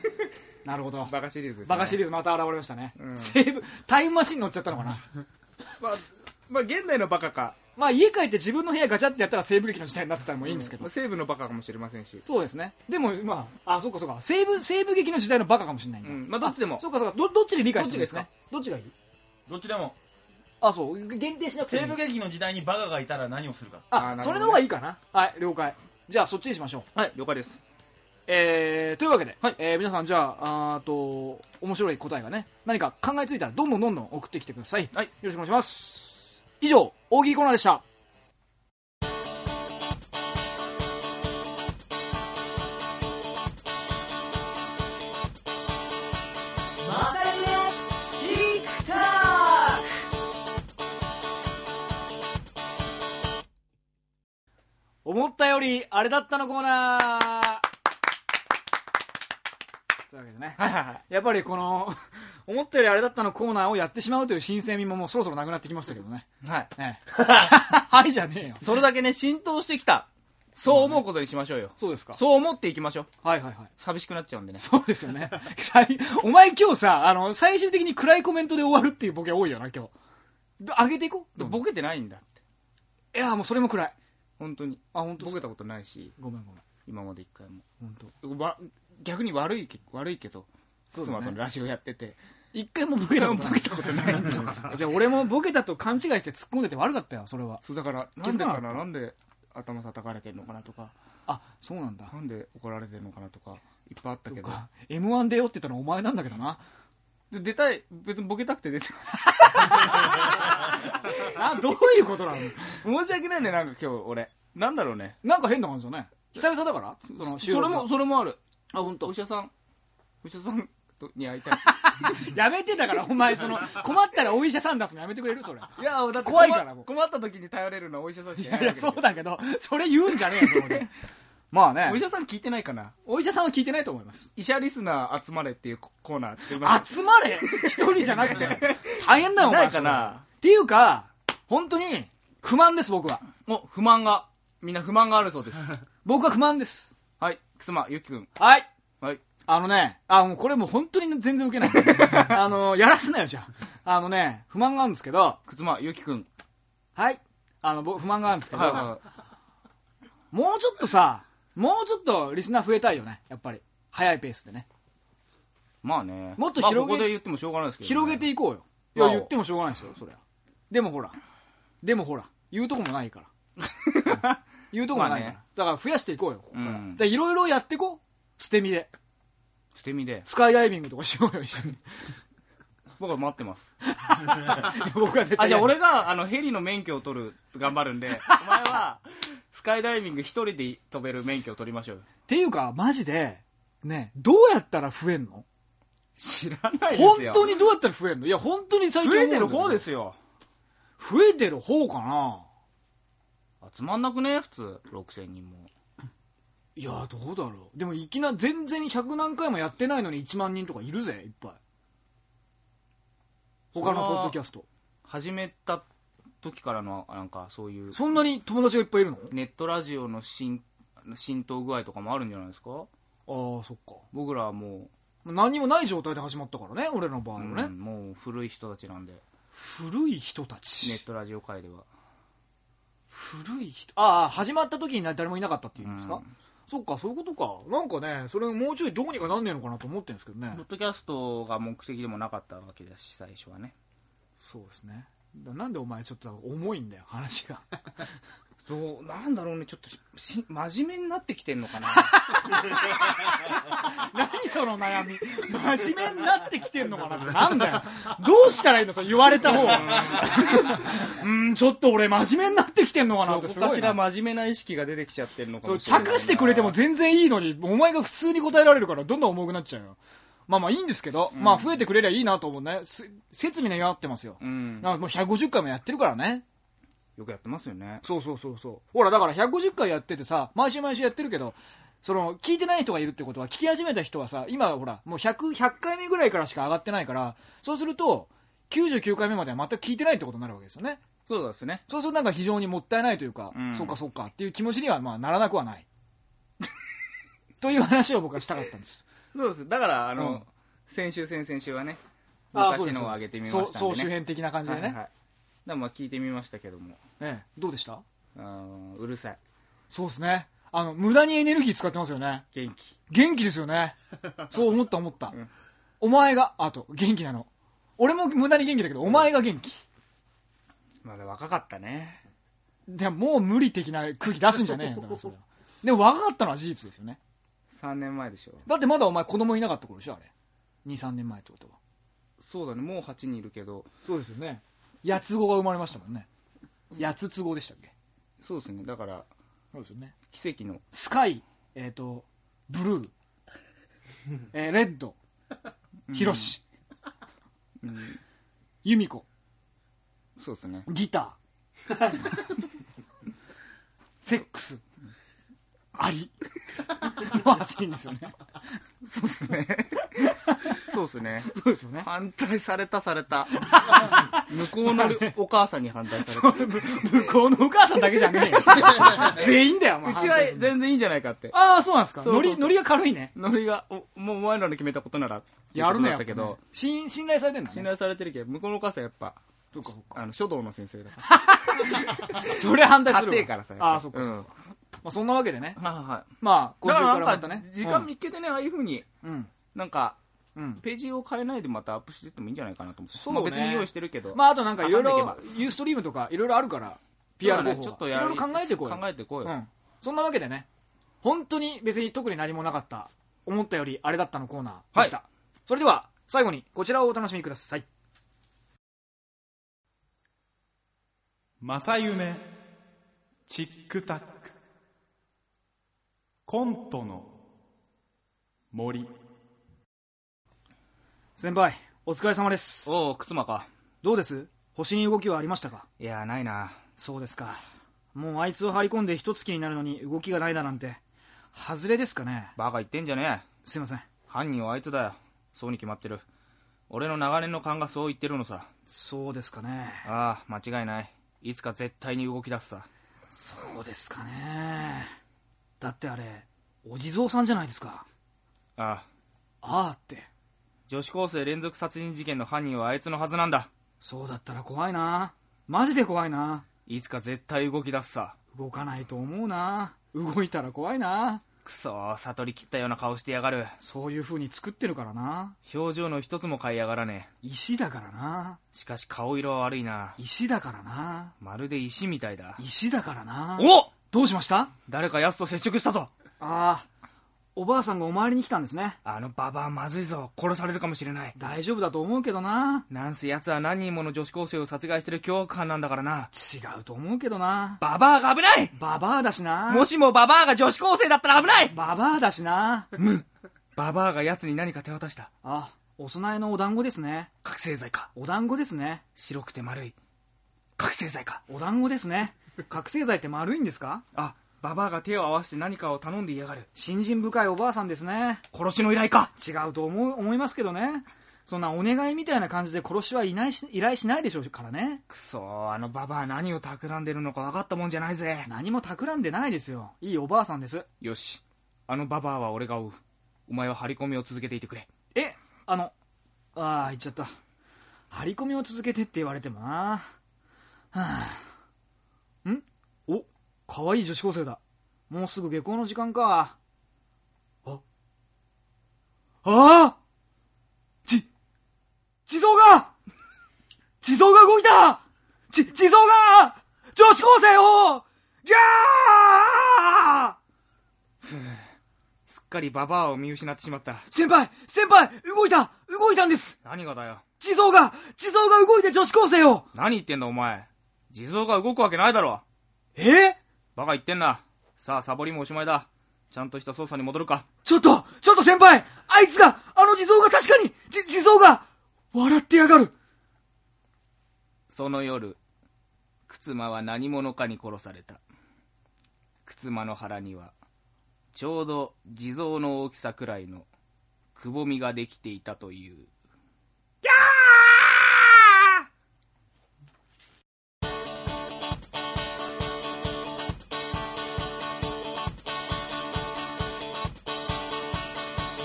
S2: なるほど
S1: バカシリーズですね
S2: バカシリーズまた現れましたね、西部タイムマシン乗っちゃったのかな
S1: まあ、まあ、現代のバカか
S2: まあ家帰って自分の部屋ガチャってやったら西部劇の時代になってたらもういいんですけど、
S1: まあ西部のバカかもしれませんし
S2: そうですねでもまああそうかそうか西部西部劇の時代のバカかもしれないんだ、
S1: うんまあどっちでも
S2: そうかそうかどどっちで理解してるんですかどっちがいい
S4: どっちでも
S2: あそう限定しなくていい
S4: 西部劇の時代にバカがいたら何をするか
S1: あ
S2: あ
S1: なるほどね
S2: それの方がいいかなはい了解じゃあそっちにしましょう
S1: はい了解です
S2: えー、というわけで、
S1: はい
S2: えー皆さんじゃああーっと面白い答えがね何か考えついたらどんどんどんどん送ってきてください、
S1: はい
S2: よろしくお願いします以上大喜利コーナーでした
S3: まさゆめチクタク
S2: 思ったよりあれだったのコーナーそういうわけでね、
S1: はいはいはい
S2: やっぱりこの [LAUGHS] 思ったよりあれだったのコーナーをやってしまうという新鮮味ももうそろそろなくなってきましたけどね
S1: はい [LAUGHS]
S2: ねえはいじゃねえよ
S1: それだけね浸透してきたそう思うことにしましょうよ、
S2: そうですか
S1: そう思っていきましょう
S2: はいはいはい
S1: 寂しくなっちゃうんでね
S2: そうですよね。最お前今日さ、あの、最終的に暗いコメントで終わるっていうボケ多いよな、今日。ど上げていこう。
S1: ボケてないんだって
S2: いや、もうそれも暗い。
S1: 本当に
S2: あ、本当
S1: ボケたことないし
S2: ごめんごめん。
S1: 今まで一回も
S2: 本当。
S1: わ逆に悪いけ悪いけど
S2: そうだね
S1: 妻とラジオやってて
S2: 一回もボケたことない。 [LAUGHS] じゃあ俺もボケたと勘違いして突っ込んでて悪かったよ、それは。
S1: そうだから
S2: 気
S1: な
S2: づ
S1: んでか
S2: かなかった
S1: ななんで頭叩かれてるのかなとか
S2: あ、そうなんだ。
S1: なんで怒られてるのかなとかいっぱいあった
S2: そ
S1: け
S2: っ
S1: ど
S2: か。M1 出ようって言ったのお前なんだけどな。
S1: で出たい別にボケたくて出た
S2: あ、どういうことなの
S1: 申し訳ないね [LAUGHS] なんか今日俺なんだろうね
S2: なんか変な感じだね。久々だからその収
S1: それ
S2: 録
S1: もそれもある
S2: あ、本
S1: お
S2: 当
S1: 医。者さんお医者さんとに会いた
S2: [LAUGHS]
S1: い
S2: やめてだから、お前、
S1: [LAUGHS]
S2: その、困ったらお医者さん出すのやめてくれるそれ。
S1: いやだって
S2: 怖いからもう
S1: 困困った時に頼れるのはお医者さんし
S2: い
S1: かいない
S2: や
S1: わ
S2: いや、
S1: け
S2: そう
S1: だ
S2: だけど、それ言うんじゃねえよ、そこで。まあね
S1: お医。者さん聞いてないかな
S2: お医者さんは聞いてないと思います。
S1: 医者リスナー集まれっていうココーナー作りました
S2: 集まれ一人じゃなくて。大変だよ、お
S1: な
S2: 前。
S1: いかな
S2: っていうか、本当に、不満です、僕は。
S1: [LAUGHS] もう不満がみんな不満があるそうです
S2: 僕は不満です。
S1: はい妻ゆきくん
S2: はい。
S1: はい
S2: あのね、あ、もうこれもう本当に全然受けない。
S1: [LAUGHS]
S2: あの、やらすなよ、じゃあ。あのね、不満があるんですけど、
S1: 妻ゆきくん
S2: はい。あの、僕不満があるんですけど、
S1: はいはいはい
S2: もうちょっとさ、もうちょっとリスナー増えたいよね、やっぱり。早いペースでね。
S1: まあね
S2: もっと広げ
S1: まあここで言ってもしょうがないですけどね
S2: 広げていこうよ。い
S1: ま
S2: や、
S1: あ
S2: 言ってもしょうがないですよ、そりゃ。でもほら、でもほら、言うとこもないから。
S1: [LAUGHS]
S2: 言うとこもないから。
S1: まあね
S2: だから増やしていこうよ、ここから。
S1: うん
S2: だからいろいろやってこう。捨て身で。
S1: 捨て身で
S2: スカイダイビングとかしようよ、一緒
S1: [LAUGHS]
S2: に。
S1: 僕は待ってます
S2: 僕は絶
S1: [LAUGHS] あ
S2: あ、
S1: じ
S2: じ
S1: ゃ
S2: ゃ
S1: あ
S2: あ俺、
S1: 俺があのヘリの免許を取る頑張るん
S2: [LAUGHS]
S1: でお前はスカイダイビング一人で飛べる免許を取りましょうよ
S2: っていうか、マジで、ね、どうやったら増えんの
S1: 知らないで
S2: 本
S1: すよ
S2: 当にどうやったら増えんのいや、本当に最近
S1: 増
S2: 思う
S1: え
S2: んだ
S1: て
S2: け
S1: る
S2: ど
S1: 方ですよ
S2: 増えてる方かな
S1: 集まんなくね普通6000人も
S2: いや、どうだろう。でもいきな、全然100何回もやってないのに1万人とかいるぜ、いっぱい。他のポッドキャスト。
S1: 始めた時からのなんかそういう
S2: そんなに友達がいっぱいいるの
S1: ネットラジオの浸浸透具合とかもあるんじゃないですか
S2: ああそっか
S1: 僕らはも
S2: 何もない状態で始まったからね俺の場合
S1: う、う
S2: は
S1: ん
S2: ね、
S1: もう古い人たちなんで
S2: 古い人たち、
S1: ネットラジオ界では
S2: 古い人ああ始まった時に誰もいなかったっていうんですか、
S1: うん
S2: そっかそういうことかなんかねそれもうちょいどうにかなんねえのかなと思ってるんですけどね
S1: ポッドキャストが目的でもなかったわけだし最初はね
S2: そうですねだなんでお前ちょっと重いんだよ話が
S1: そうなんだろうねちょっとしし真面目になってきてんのかな
S2: 何その悩み真面目になってきてんのかなってなんだよどうしたらいいのそれ言われた方がうんちょっと俺真面目になってきてんの [LAUGHS] かな
S1: ど
S2: って
S1: こ
S2: すごい
S1: かし
S2: な
S1: ら真面目な意識が出てきちゃってるのか
S2: そう、
S1: もしれない
S2: 着してくれても全然いいのに、お前が普通に答えられるから、どんどん重くなっちゃうよ。まあまあいいんですけど、まあ増えてくれりゃいいなと思うね。す設備ね、やってますよ。
S1: うん
S2: なんかもう150回もやってるからね。
S1: よくやってますよね
S2: そうそうそうそう。ほら、だから150回やっててさ、毎週毎週やってるけど、その、聞いてない人がいるってことは、聞き始めた人はさ、今ほら、もう100、100回目ぐらいからしか上がってないから、そうすると、99回目までは全く聞いてないってことになるわけですよね。
S1: そうですね
S2: そうするとなんか非常にもったいないというか、
S1: うん
S2: そっかそっかっていう気持ちにはまあならなくはない。 [LAUGHS] という話を僕はしたかったんです。
S1: そうですだからあの、
S2: うん
S1: 先週先々週はね [LAUGHS] 昔のを上げてみましたんで、ね、
S2: そう総集編的な感じでね。
S1: はいはいはいだからまあ聞いてみましたけども
S2: ええどうでした
S1: あーうるさい
S2: そうですね。あの、無駄にエネルギー使ってますよね。
S1: 元気
S2: 元気ですよね。そう思った思った。お前が、あと、元気なの。俺も無駄に元気だけど、お前が元気。
S1: まだ若かったね
S2: でも、もう無理的な空気出すんじゃねえよ、だからそれは。でも、若かったのは事実ですよね。
S1: 3年前でしょ
S2: だってまだお前子供いなかった頃でしょ、あれ。2、3年前ってことは。
S1: そうだねもう8人いるけど
S2: そうですよね。八つ子が生まれましたもんね。八つ子でしたっけ
S1: そうですねだから
S2: そうですよね。
S1: 奇跡の
S2: スカイ、えっ、と、ブル [LAUGHS] ー、えーレッド、ヒロシ、
S1: うん
S2: ユミコ、
S1: そうです
S2: [LAUGHS]
S1: ね
S2: ギタ
S1: [LAUGHS]
S2: ー、セックス、アリ、の8人ですよね。
S1: そうですねそうですね
S2: そうですよね。
S1: 反対されたされ [LAUGHS] た向こうのお母さんに反 [LAUGHS] 対された
S2: 向こうのお母さんだけじゃね
S1: [LAUGHS]
S2: えよ。全員だよ、お前。
S1: うちは全然いいんじゃないかって
S2: ああ、そうなんですか。
S1: そうそうそう
S2: ノリ、ノリが軽いね。
S1: ノリがおもうお前らの決めたことなら
S2: やるね、
S1: だ
S2: や
S1: った
S2: っぱね
S1: けど、
S2: 信信頼されてんだね。
S1: 信頼されてるけど向こうのお母さんやっぱ
S2: そうかそうか
S1: あの書道の先生だか
S2: [LAUGHS] それ反対
S1: ら家
S2: するわ
S1: 庭からさやっぱ
S2: ああそっかそっか、
S1: うん
S2: まあ、そんなわけでね
S1: はいは
S2: まあ
S1: い
S2: 今
S1: だ
S2: 週
S1: から
S2: から
S1: な
S2: ま
S1: ん
S2: た
S1: か
S2: ね
S1: 時間見っけてね、ああいうふうに
S2: うん、
S1: なんか
S2: うん
S1: ページを変えないでまたアップしていってもいいんじゃないかなと思って
S2: そうね
S1: まあ、別に用意してるけど
S2: まああとなんかいろ
S1: 挟ん
S2: い
S1: で
S2: ろ
S1: けば
S2: ユーストリームとかいろいろあるから
S1: そうだ
S2: PR
S1: ね
S2: 方法
S1: ちょっと
S2: い
S1: や
S2: ろいろ考えてこうよ
S1: 考えてこうよ、
S2: うん、そんなわけでね本当に別に特に何もなかった思ったよりあれだったのコーナーでした、
S1: は
S2: それでは最後にこちらをお楽しみください
S5: 正夢チックタックコントの森
S2: 先輩お疲れ様です
S1: おお靴間か
S2: どうです星に動きはありましたか
S1: いやーないな
S2: そうですかもうあいつを張り込んで一月になるのに動きがないだなんて外れですかね
S1: バカ言ってんじゃねえ
S2: すいません
S1: 犯人はあいつだよそうに決まってる俺の長年の勘がそう言ってるのさ
S2: そうですかね
S1: ああ間違いないいつか絶対に動き出すさ
S2: そうですかねだってあれお地蔵さんじゃないですか
S1: ああ
S2: ああって
S1: 女子高生連続殺人事件の犯人はあいつのはずなんだ
S2: そうだったら怖いなマジで怖いない
S1: つか絶対動き出すさ
S2: 動かないと思うな動いたら怖いな
S1: くそー悟り切ったような顔してやがる
S2: そういう風に作ってるからな
S1: 表情の一つも変えやがらねえ
S2: 石だからな
S1: しかし顔色は悪いな
S2: 石だからな
S1: まるで石みたいだ
S2: 石だからな
S1: お
S2: どうしました
S1: 誰かヤスと接触したぞ
S2: ああおばあさんがお参りに来たんですね
S1: あのババアまずいぞ殺されるかもしれない
S2: 大丈夫だと思うけどな
S1: なんせ奴は何人もの女子高生を殺害してる凶悪犯なんだからな
S2: 違うと思うけどな
S1: ババアが危ない
S2: ババアだしな
S1: もしもババアが女子高生だったら危ない
S2: ババアだしな
S1: ババアが奴に何か手渡した
S2: あお供えのお団子ですね
S1: 覚醒剤か
S2: お団子ですね
S1: 白くて丸い覚醒剤か
S2: お団子ですね覚醒剤って丸いんですか
S1: あババアが手を合わせて何かを頼んでいやがる
S2: 信心深いおばあさんですね
S1: 殺しの依頼か
S2: 違うと思う思いますけどねそんなお願いみたいな感じで殺しはいないし依頼しないでしょうからね
S1: くそーあのババア何を企んでるのか分かったもんじゃないぜ
S2: 何も企んでないですよいいおばあさんです
S1: よしあのババアは俺が追うお前は張り込みを続けていてくれ
S2: えあのああ言っちゃった張り込みを続けてって言われてもなはあんお可愛い女子高生だもうすぐ下校の時間かあああじ地蔵が地蔵が動いたち、地蔵が女子高生をギャー
S1: すっかりババアを見失ってしまった
S2: 先輩先輩動いた動いたんです
S1: 何がだよ
S2: 地蔵が地蔵が動いて女子高生を
S1: 何言ってんだお前地蔵が動くわけないだろ
S2: え
S1: バカ言ってんなさあサボりもおしまいだちゃんとした捜査に戻るか
S2: ちょっとちょっと先輩あいつがあの地蔵が確かにじ地蔵が笑ってやがる
S1: その夜靴間は何者かに殺された靴間の腹にはちょうど地蔵の大きさくらいのくぼみができていたという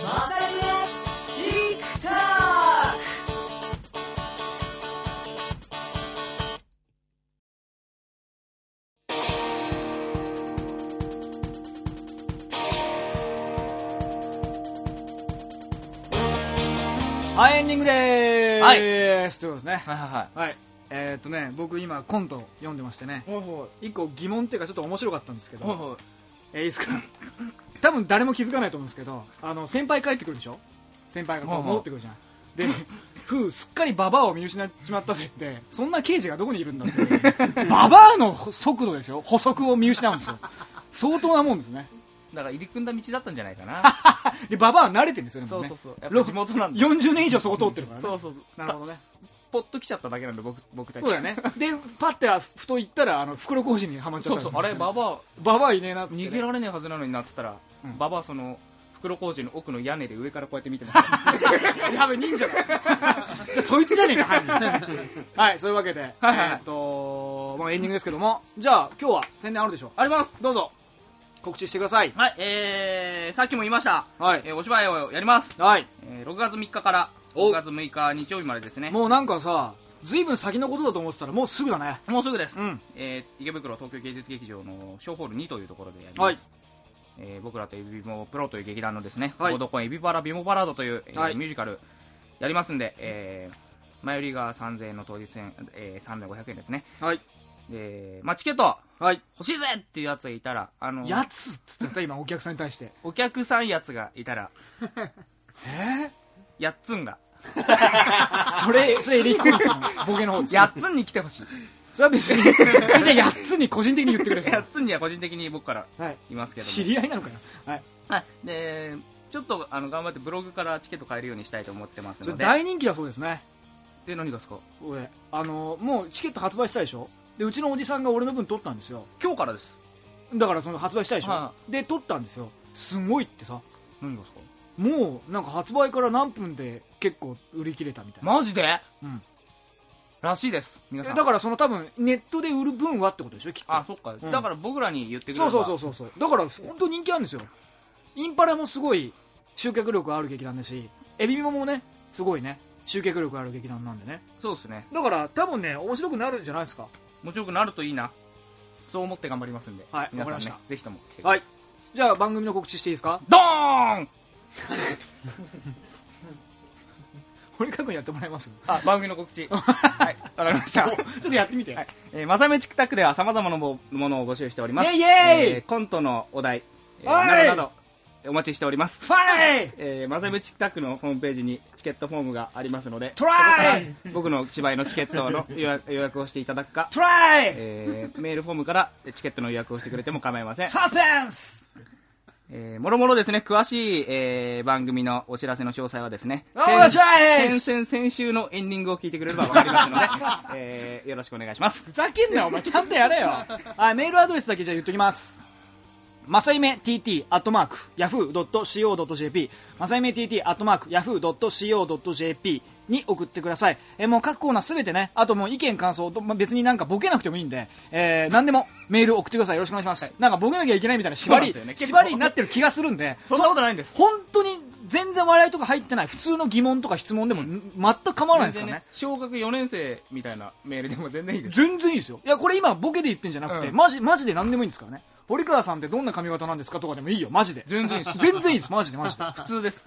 S3: まさゆめチクタク
S2: はいエンディングでーす
S1: はい
S2: ということです
S1: は
S2: ね
S1: いはいはい
S2: はいえーっとね僕今コント読んでましてね
S1: ほいほ
S2: 一個疑問っていうかちょっと面白かったんですけ
S1: いほい
S2: ど
S1: ほ
S2: えーいいですか多分誰も気づかないと思うんですけどあの先輩帰ってくるでしょ先輩がこ
S1: は
S2: う
S1: いはい
S2: 戻ってくるじゃんで「ふうすっかりババアを見失っちまったぜ」ってそんな刑事がどこにいるんだっていうババアの速度ですよ補足を見失うんですよ相当なもんですね
S1: いだから入り組んだ道だったんじゃないかな
S2: でババアは慣れてるんですよね
S1: そう
S2: も
S1: そううそ
S2: ね
S1: うやっぱ地元なんだ
S2: 40年以上そこ通ってるからね
S1: そうそう
S2: なるほど
S1: [LAUGHS]
S2: ね
S1: ポッと来ちゃっただけなんで僕僕たち
S2: そうだよねでパッてふと行ったらあの袋小路にはまっちゃ
S1: そ
S2: っ
S1: う
S2: たん
S1: そ
S2: です
S1: う
S2: よ
S1: あれババ
S2: ババアいねえなっ
S1: ア
S2: つってね、
S1: 逃げられねえはずなのになっつったら、
S2: ん
S1: ババアその袋小路の奥の屋根で上からこうやって見てま
S2: [LAUGHS]
S1: した
S2: やべ忍者だじゃあそいつじゃねえか犯人はいそういうわけで、えーっと、まあ、エンディングですけどもじゃあ今日は宣伝あるでしょ
S1: あります
S2: どうぞ告知してください
S1: はいえー、さっきも言いました、
S2: はい
S1: えーお芝居をやります、
S2: はい
S1: えー6月3日から
S2: お
S1: 6月6日日曜日までですねも
S2: もうなんかさずいぶん先のことだと思ってたらもうすぐだね
S1: うすぐです、
S2: うん
S1: えー池袋東京芸術劇場のショーホール2というところでやります、
S2: はい
S1: えー僕らとエビモプロという劇団のですね、
S2: はい
S1: 合同公演エビバラビモバラードという、えー
S2: はい
S1: ミュージカルやりますんで、えー前売りが3000円の当日円、えー、3500円ですね
S2: はい
S1: で、まあ、チケット
S2: はい
S1: 欲しいぜっていうやつがいたらあの
S2: やつっつっちゃった今お客さんに対して
S1: お客さんやつがいたら
S2: え
S1: やっつんが
S2: ー、それそれエレキコミックのボケの方です
S1: やっつんに来てほしい
S2: それは別にじゃあやっつに個人的に言ってくれ
S1: [LAUGHS] やっつんには個人的に僕から
S2: はい
S1: いますけども
S2: 知り合いなのかなはい
S1: はい、でちょっとあの頑張ってブログからチケット買えるようにしたいと思ってます
S2: それ
S1: ので
S2: 大人気だそうですね
S1: で何がですか
S2: 俺あのもうチケット発売したでしょでうちのおじさんが俺の分取ったんですよ
S1: 今日からです
S2: だからその発売したでしょ、
S1: は
S2: で取ったんですよすごいってさ
S1: 何がですか
S2: もうなんか発売から何分で結構売り切れたみたいな、
S1: マジで
S2: うん
S1: らしいです皆さ
S2: え
S1: ん
S2: だからその多分ネットで売る分はってことでしょきっと
S1: あそっか、
S2: うん
S1: だから僕らに言ってくれれ
S2: そう
S1: ば
S2: そうそうそうそうだから本当人気あるんですよインパラもすごい集客力ある劇団だしエビミモもねすごいね集客力ある劇団なんでね
S1: そうですね
S2: だから多分ね面白くなるんじゃないですか
S1: もちろんなるといいなそう思って頑張りますんで、
S2: はい
S1: 皆さん
S2: わかり
S1: ね
S2: まし
S1: ぜひとも来てください
S2: はいじゃあ番組の告知していいですか
S1: ドーン
S2: 堀川君やってもらいます [LAUGHS]
S1: あ番組の告知はいわかりました
S2: ちょっとやってみて。
S1: はい、えー、まさめちくたくでは様々なもものを募集しております。
S2: イェイイェイ
S1: えーコントのお題、えー
S2: おい
S1: などなど、お待ちしております。
S2: ファイ
S1: えー、まさめちくたくのホームページにチケットフォームがありますので、
S2: トライ
S1: そこから僕の芝居のチケット [LAUGHS] の予約予約をしていただくか、
S2: トライ
S1: えー、メールフォームからチケットの予約をしてくれても構いません。
S2: サスペンス
S1: えー、もろもろですね、詳しい、えー、番組のお知らせの詳細はですね、
S2: お願いします
S1: 先々先週のエンディングを聞いてくれればわかりますの [LAUGHS] で、えー、よろしくお願いします。
S2: ふざけんなよ、お前。ちゃんとやれよ。はい、メールアドレスだけじゃ言っときます。まさいめ tt アットマーク yahoo.co.jp まさいめ tt アットマーク yahoo.co.jp に送ってください。えーもう各コーナーすべてね、あともう意見感想と、まあ、別になんかボケなくてもいいんで、えー、何でもメール送ってください。よろしくお願いします。なんかボケなきゃいけないみたいな縛り、
S1: そうなんですよね結構
S2: 縛りになってる気がするんで、
S1: [LAUGHS] そんなことないんです。
S2: 本当に全然笑いとか入ってない普通の疑問とか質問でもん全く構わないんですからね
S1: 小学4年生みたいなメールでも全然いいです
S2: 全然いいですよいやこれ今ボケで言ってんじゃなくて、
S1: うん
S2: マジマジで何でもいいんですからね堀川さんってどんな髪型なんですかとかでもいいよマジで
S1: 全然いいです
S2: 全然いいですマジで
S1: [LAUGHS]
S2: マジで
S1: 普通です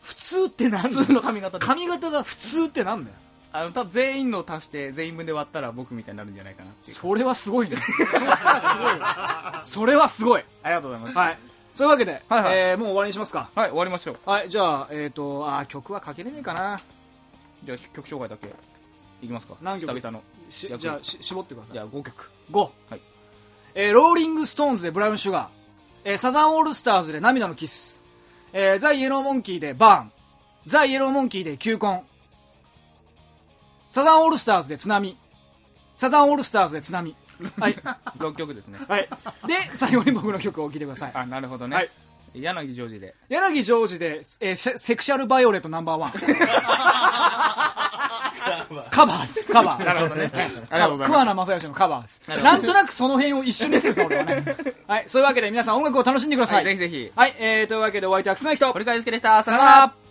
S2: 普通って何
S1: 普通の髪型です
S2: 髪型が普通ってなんだよ
S1: あの多分全員の足して全員分で割ったら僕みたいになるんじゃないかなっていう
S2: それはすごいねそしたらすごいわそれはすごい
S1: ありがとうございます
S2: はいそういうわけで、
S1: はいはい
S2: えーもう終わりにしますか
S1: はい終わりましょう
S2: はいじゃあえっ、とあー曲はかけれねえかな
S1: じゃあ曲紹介だけいきますか
S2: 何曲
S1: 久々の
S2: し
S1: いや
S2: じゃあし絞ってください
S1: [LAUGHS] じゃあ5曲
S2: 5、
S1: はい
S2: えーローリング・ストーンズで「ブラウン・シュガー」えーサザンオールスターズで涙のキス、えーザ・イエローモンキーでバーン、ザ・イエローモンキーで球根、サザンオールスターズで津波、サザンオールスターズで津波。はい。
S1: 6曲ですね
S2: [LAUGHS] はい。で、最後に僕の曲を聴いてください。
S1: あなるほどね、
S2: はい
S1: 柳ジョージで
S2: 柳ジョージで、えーセセクシャルバイオレットナンバ [LAUGHS] ーワン。カバーです、カバー。なるほ
S1: [LAUGHS]
S2: どね。
S1: ありがとうございます
S2: 桑名正義のカバーです。なんとなくその辺を一緒にするんです、俺はね。はい、そういうわけで皆さん音楽を楽しんでください。
S1: はいぜひぜひ
S2: はい、えー、というわけでお相手はくすなきと、
S1: 堀川祐介でしたさ
S2: さ
S1: よ
S2: よ
S1: な
S2: な
S1: ら
S2: ら